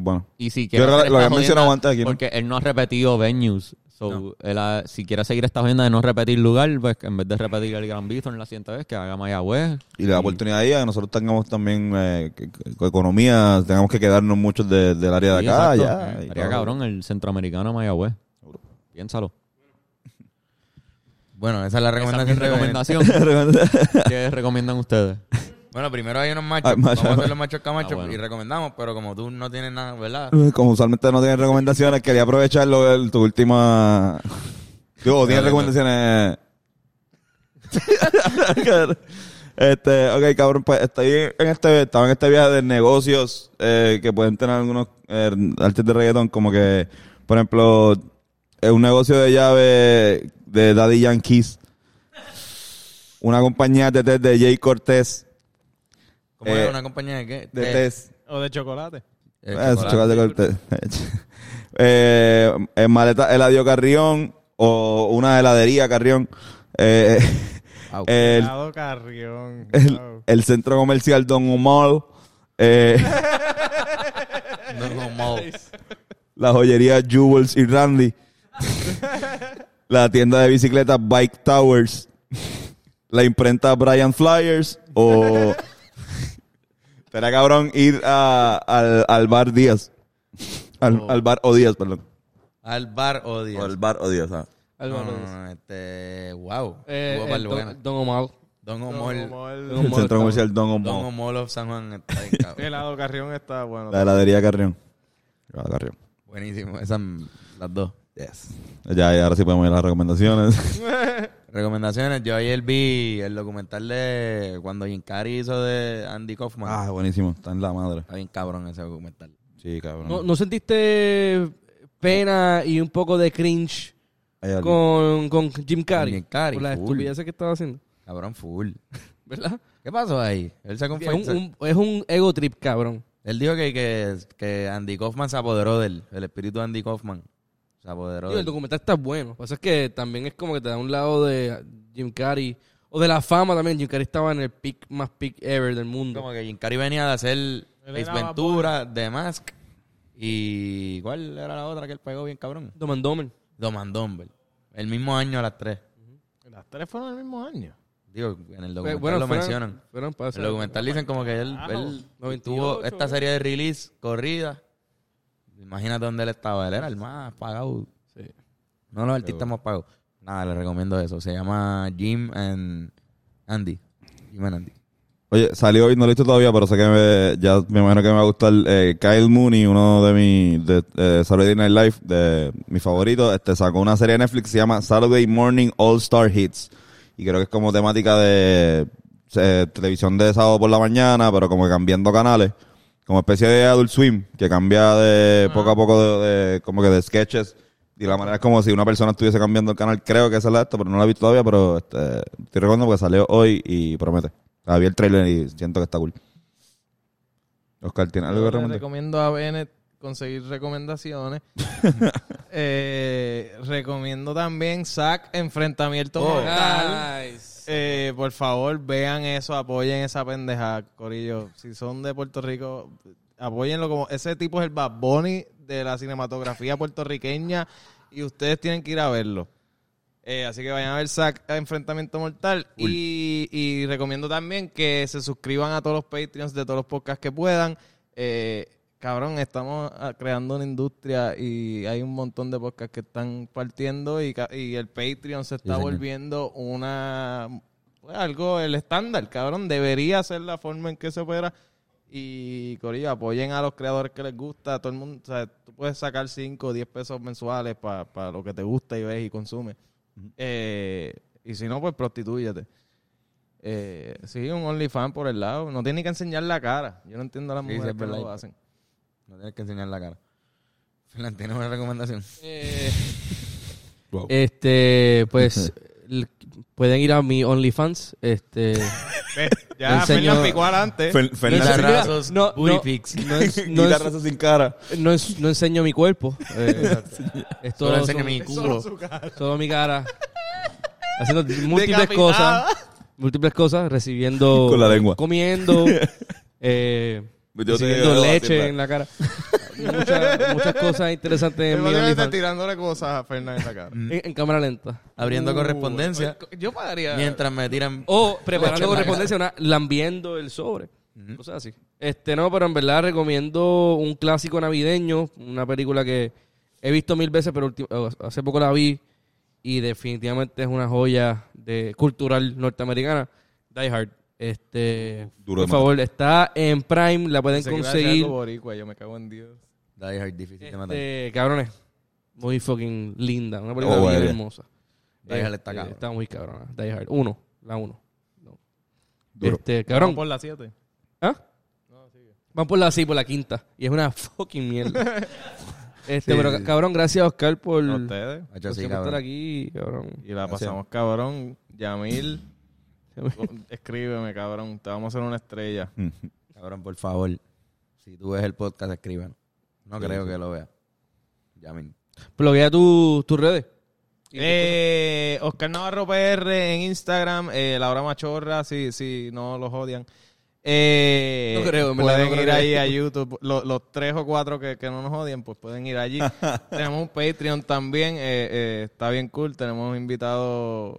bueno. Y si Yo quiere creo que hacer lo esta había mencionado jodienda, antes aquí, ¿no? Porque él no ha repetido venues. So, él, ah, si quiere seguir esta agenda de no repetir lugar, pues en vez de repetir el Gran Bison la siguiente vez, que haga Mayagüez. Y la oportunidad ahí a que nosotros tengamos también eh, que- que- que economía, tengamos que quedarnos muchos de- del área de Sí, acá. exacto. Eh, ya, y Estaría todo. cabrón el centroamericano a Mayagüez. Piénsalo. Bueno, esa es la Esa es recomendación. mi de recomendación. ¿Qué recomiendan ustedes? Bueno, primero hay unos machos. Ay, macho. Vamos a hacer los machos camachos Ah, bueno. y recomendamos, pero como tú no tienes nada, ¿verdad? Como usualmente no tienes recomendaciones, quería aprovechar lo de tu última. Digo, tienes recomendaciones. este, ok, cabrón, pues estoy en este, estaba en este viaje de negocios eh, que pueden tener algunos eh, artistas de reggaetón, como que, por ejemplo, eh, un negocio de llave de Daddy Yankees, una compañía de test de Jay Cortés, ¿Cómo Eh, es una compañía de qué? de Eh, test. O de chocolate. eh, Eh, chocolate. chocolate cortés. eh, en maleta Eladio Carrión o una heladería Carrión. Eh, Au. el, Lado Carrión. el- Wow. el centro comercial Don Omar. eh, No, no, mo. la joyería Jewels y Randy. la tienda de bicicletas Bike Towers. la imprenta Brian Flyers. O. Será cabrón ir a- al, al bar Díaz. Al, al bar O Díaz, perdón. Al bar odio. Oh. O al bar O Díaz, ah. Álvaro No, dice. no, este, wow. Eh, Estuvo eh, pa'l buena. don, don Omar. Don Omar. Como Don El Omar centro está- comercial Don Omar. Don Omar of San Juan. está bien, El cabrón. helado Carrión está bueno. La heladería Carrión. Helado Ah, Carrión. Buenísimo, esas m- las dos. Ya, ya, ahora sí podemos ir a las recomendaciones. Recomendaciones. Yo ayer vi el documental de cuando Jim Carrey hizo de Andy Kaufman. ah, buenísimo. Está en la madre. Está bien cabrón ese documental. Sí, cabrón. ¿No, no sentiste pena y un poco de cringe Hay algo. con, con Jim Carrey? Con Jim Carrey, Por las full. estupideces que estaba haciendo. Cabrón full. ¿Verdad? ¿Qué pasó ahí? Él sacó un, Es fact- un, un- es un ego trip, cabrón. Él dijo que, que, que Andy Kaufman se apoderó de él. El espíritu de Andy Kaufman se apoderó Digo, de él. el documental está bueno. Lo que pasa es que también es como que te da un lado de Jim Carrey. O de la fama también. Jim Carrey estaba en el peak más peak ever del mundo. Como que Jim Carrey venía de hacer era Ace Bad Bunny. Ventura, The Mask y... ¿Cuál era la otra que él pegó bien cabrón? Dom and Domer. Domandón, El mismo año a las tres. Las tres fueron el mismo año. Digo, en el Eh, documental lo fueron- mencionan. fueron En para hacer- el documental dicen como que él, él 98, tuvo esta serie de release corrida. Imagínate dónde él estaba. Él era el más pagado. Sí. No los artistas más pagos. Nada, les recomiendo eso. Se llama Jim and Andy. Jim and Andy. Oye, salió hoy, no lo he visto todavía, pero sé que me- ya me imagino que me va a gustar eh, Kyle Mooney, uno de mis, de eh, Saturday Night Live, de mis favoritos, este, sacó una serie de Netflix que se llama Saturday Morning All Star Hits. Y creo que es como temática de eh, televisión de sábado por la mañana, pero como que cambiando canales. Como especie de Adult Swim, que cambia de poco a poco de, de- como que de sketches. Y la manera es como si una persona estuviese cambiando el canal. Creo que esa es la de esta, pero no la he visto todavía, pero este, estoy recordando porque salió hoy y promete. Ah, vi el trailer y siento que está cool. Oscar, ¿tiene algo que Yo le recomendar? recomiendo a Bennett conseguir recomendaciones. Eh, recomiendo también Zack Enfrentamiento Mortal. Nice. Eh, por favor, vean eso, apoyen esa pendeja, Corillo. Si son de Puerto Rico, apóyenlo como ese tipo es el Bad Bunny de la cinematografía puertorriqueña y ustedes tienen que ir a verlo. Eh, así que vayan a ver Zack a Enfrentamiento Mortal. Y, y recomiendo también que se suscriban a todos los Patreons de todos los podcasts que puedan. Eh, cabrón, estamos ah, creando una industria y hay un montón de podcasts que están partiendo y, ca- y el Patreon se está volviendo una. pues, algo, el estándar, cabrón. Debería ser la forma en que se opera. Y, Corillo, apoyen a los creadores que les gusta. Todo el mundo, o sea, tú puedes sacar 5 o 10 pesos mensuales para lo que te gusta y ves y consumes. Eh, y si no, pues prostitúyete. Eh, sí, un OnlyFans por el lado. No tiene ni que enseñar la cara. Yo no entiendo a las Sí, sí, mujeres es que no verdad. lo hacen. No tienes que enseñar la cara. Fernan, ¿tienes una recomendación? Eh, Este, pues, l- pueden ir a mi OnlyFans. Este. Le Ya, enseño- Fernan picó adelante. Fer- Fernan- Guitarra- Mira, Lazos, no, booty no, pics. no es- no es- Guitarra sin cara. no es- no enseño mi cuerpo. Eh, es todo, Solo enseña son- mi culo. todo mi cara. Haciendo múltiples cosas. Múltiples cosas. Recibiendo. Con la lengua. Comiendo. eh, Yo te recibiendo digo, leche así, en la cara. muchas, muchas cosas interesantes en mi Básicamente OnlyFans. tirándole cosas a Fernández en la cara. En, en cámara lenta. Abriendo Uh, correspondencia Yo pagaría. mientras me tiran. O leche preparando en la correspondencia, una, lambiendo el sobre. Cosas así. Este, no, pero en verdad recomiendo un clásico navideño, una película que he visto mil veces, pero ulti- hace poco la vi y definitivamente es una joya de cultural norteamericana. Die Hard. Este, Duro de por favor, está en Prime, la pueden Pensé que iba a decir conseguir. algo boricua, yo me cago en Dios. Die Hard, difícil de matar. Este, cabrones, muy fucking linda, una película Oh, bien vaya. hermosa. Die Hard Este, está cabrón. Está muy cabrona. Die Hard, uno, la uno. No. Duro. Este, cabrón, Vamos por la 7. ¿Ah? Van por la sí, por la quinta. Y es una fucking mierda. este, Sí, pero sí, ca- sí. cabrón, gracias Oscar por, A por ustedes. Hacho, sí, siempre cabrón. estar aquí, cabrón. Y la pasamos, cabrón. Yamil, escríbeme, cabrón. Te vamos a hacer una estrella. Cabrón, por favor. Si tú ves el podcast, escríbanos. No creo que lo vea. Llamen. Bloquea tu- tus redes. Eh, Oscar Navarro PR en Instagram, eh, Laura Machorra, si, si no los odian. Eh, No creo, en verdad, pueden no creo ir que- ahí a YouTube. Lo- los tres o cuatro que, que no nos odian, pues pueden ir allí. tenemos un Patreon también, eh, eh, está bien cool. Tenemos un invitado.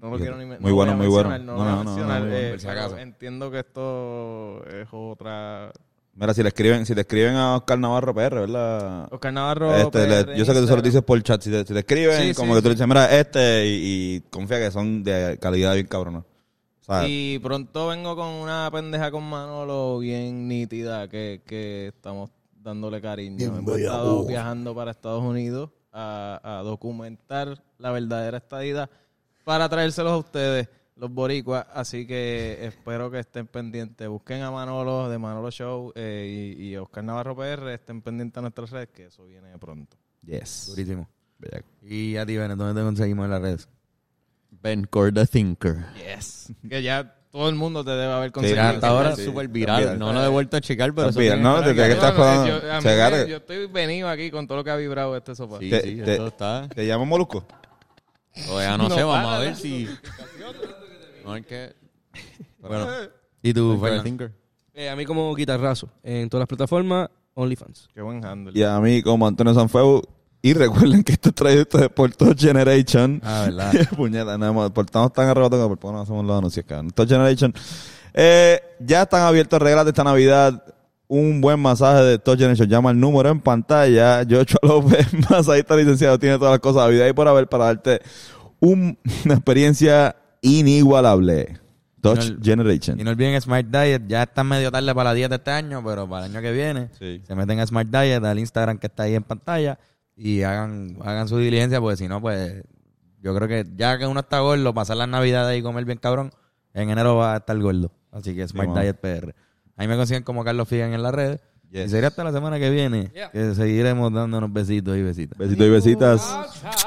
No Bien. lo quiero ni men- Muy no bueno, voy a muy bueno. mencionar, No, no, No, no, voy a mencionar, no, no, eh, por si pero acaso. Entiendo que esto es otra. Mira, si le escriben, si te escriben a Oscar Navarro PR, ¿verdad? Oscar Navarro. Este, le- PR en yo sé que tú solo Instagram. dices por chat. Si te, si te escriben, Sí, como sí, que tú le dices, mira, este, y, y confía que son de calidad bien cabrona. O sea, Y pronto vengo con una pendeja con Manolo bien nítida que, que estamos dándole cariño. Hemos estado viajando para Estados Unidos a, a documentar la verdadera estadidad para traérselos a ustedes, los boricuas. Así que espero que estén pendientes. Busquen a Manolo de Manolo Show eh, y, y Oscar Navarro PR. Estén pendientes a nuestras redes que eso viene pronto. yes. Durísimo. Y a ti, Benet, ¿dónde te conseguimos en las redes? Ben Core the Thinker. Yes. Que ya todo el mundo te debe haber Sí, conseguido. hasta ahora Es sí. súper viral. También. No lo he vuelto a checar, pero eso También, tiene- ¿no? Desde que estás Yo- yo- pagando- a mí se me- agarra- yo estoy venido aquí con todo lo que ha vibrado este sofá. Sí, Te- sí, te- eso está. ¿Te llamo Molusco? Todavía no, sé, vamos a ver si... No es que... Bueno. ¿Y tú, Core the Fernan? Thinker. Eh, a mí como guitarrazo. En todas las plataformas, OnlyFans. Qué buen handle. Y a mí como Antonio Sanfeu. Y recuerden que esto es traído a ustedes por Top Generation. Ah, ¿verdad? Puñeta, no, hemos- por- estamos tan arrebatados que por poco no hacemos los anuncios, cabrón. Touch Generation. Eh, ya están abiertos regalos de esta Navidad. Un buen masaje de Touch Generation. Llama el número en pantalla. Yocho López, masajista licenciado, tiene todas las cosas de vida y por haber para darte un- una experiencia inigualable. Touch No, Generation. Y no olviden Smart Diet, ya está medio tarde para la dieta este año, pero para el año que viene, Sí. se meten a Smart Diet, al Instagram que está ahí en pantalla, y hagan, hagan su diligencia, porque si no, pues yo creo que ya que uno está gordo, pasar las navidades y comer bien cabrón, en enero va a estar gordo. Así que Smart mano. Diet PR. Ahí me consiguen como Carlos Figan en las redes. Yes. Y sería hasta la semana que viene, Yeah. que seguiremos dándonos besitos y besitas. Besitos y besitas. Chao.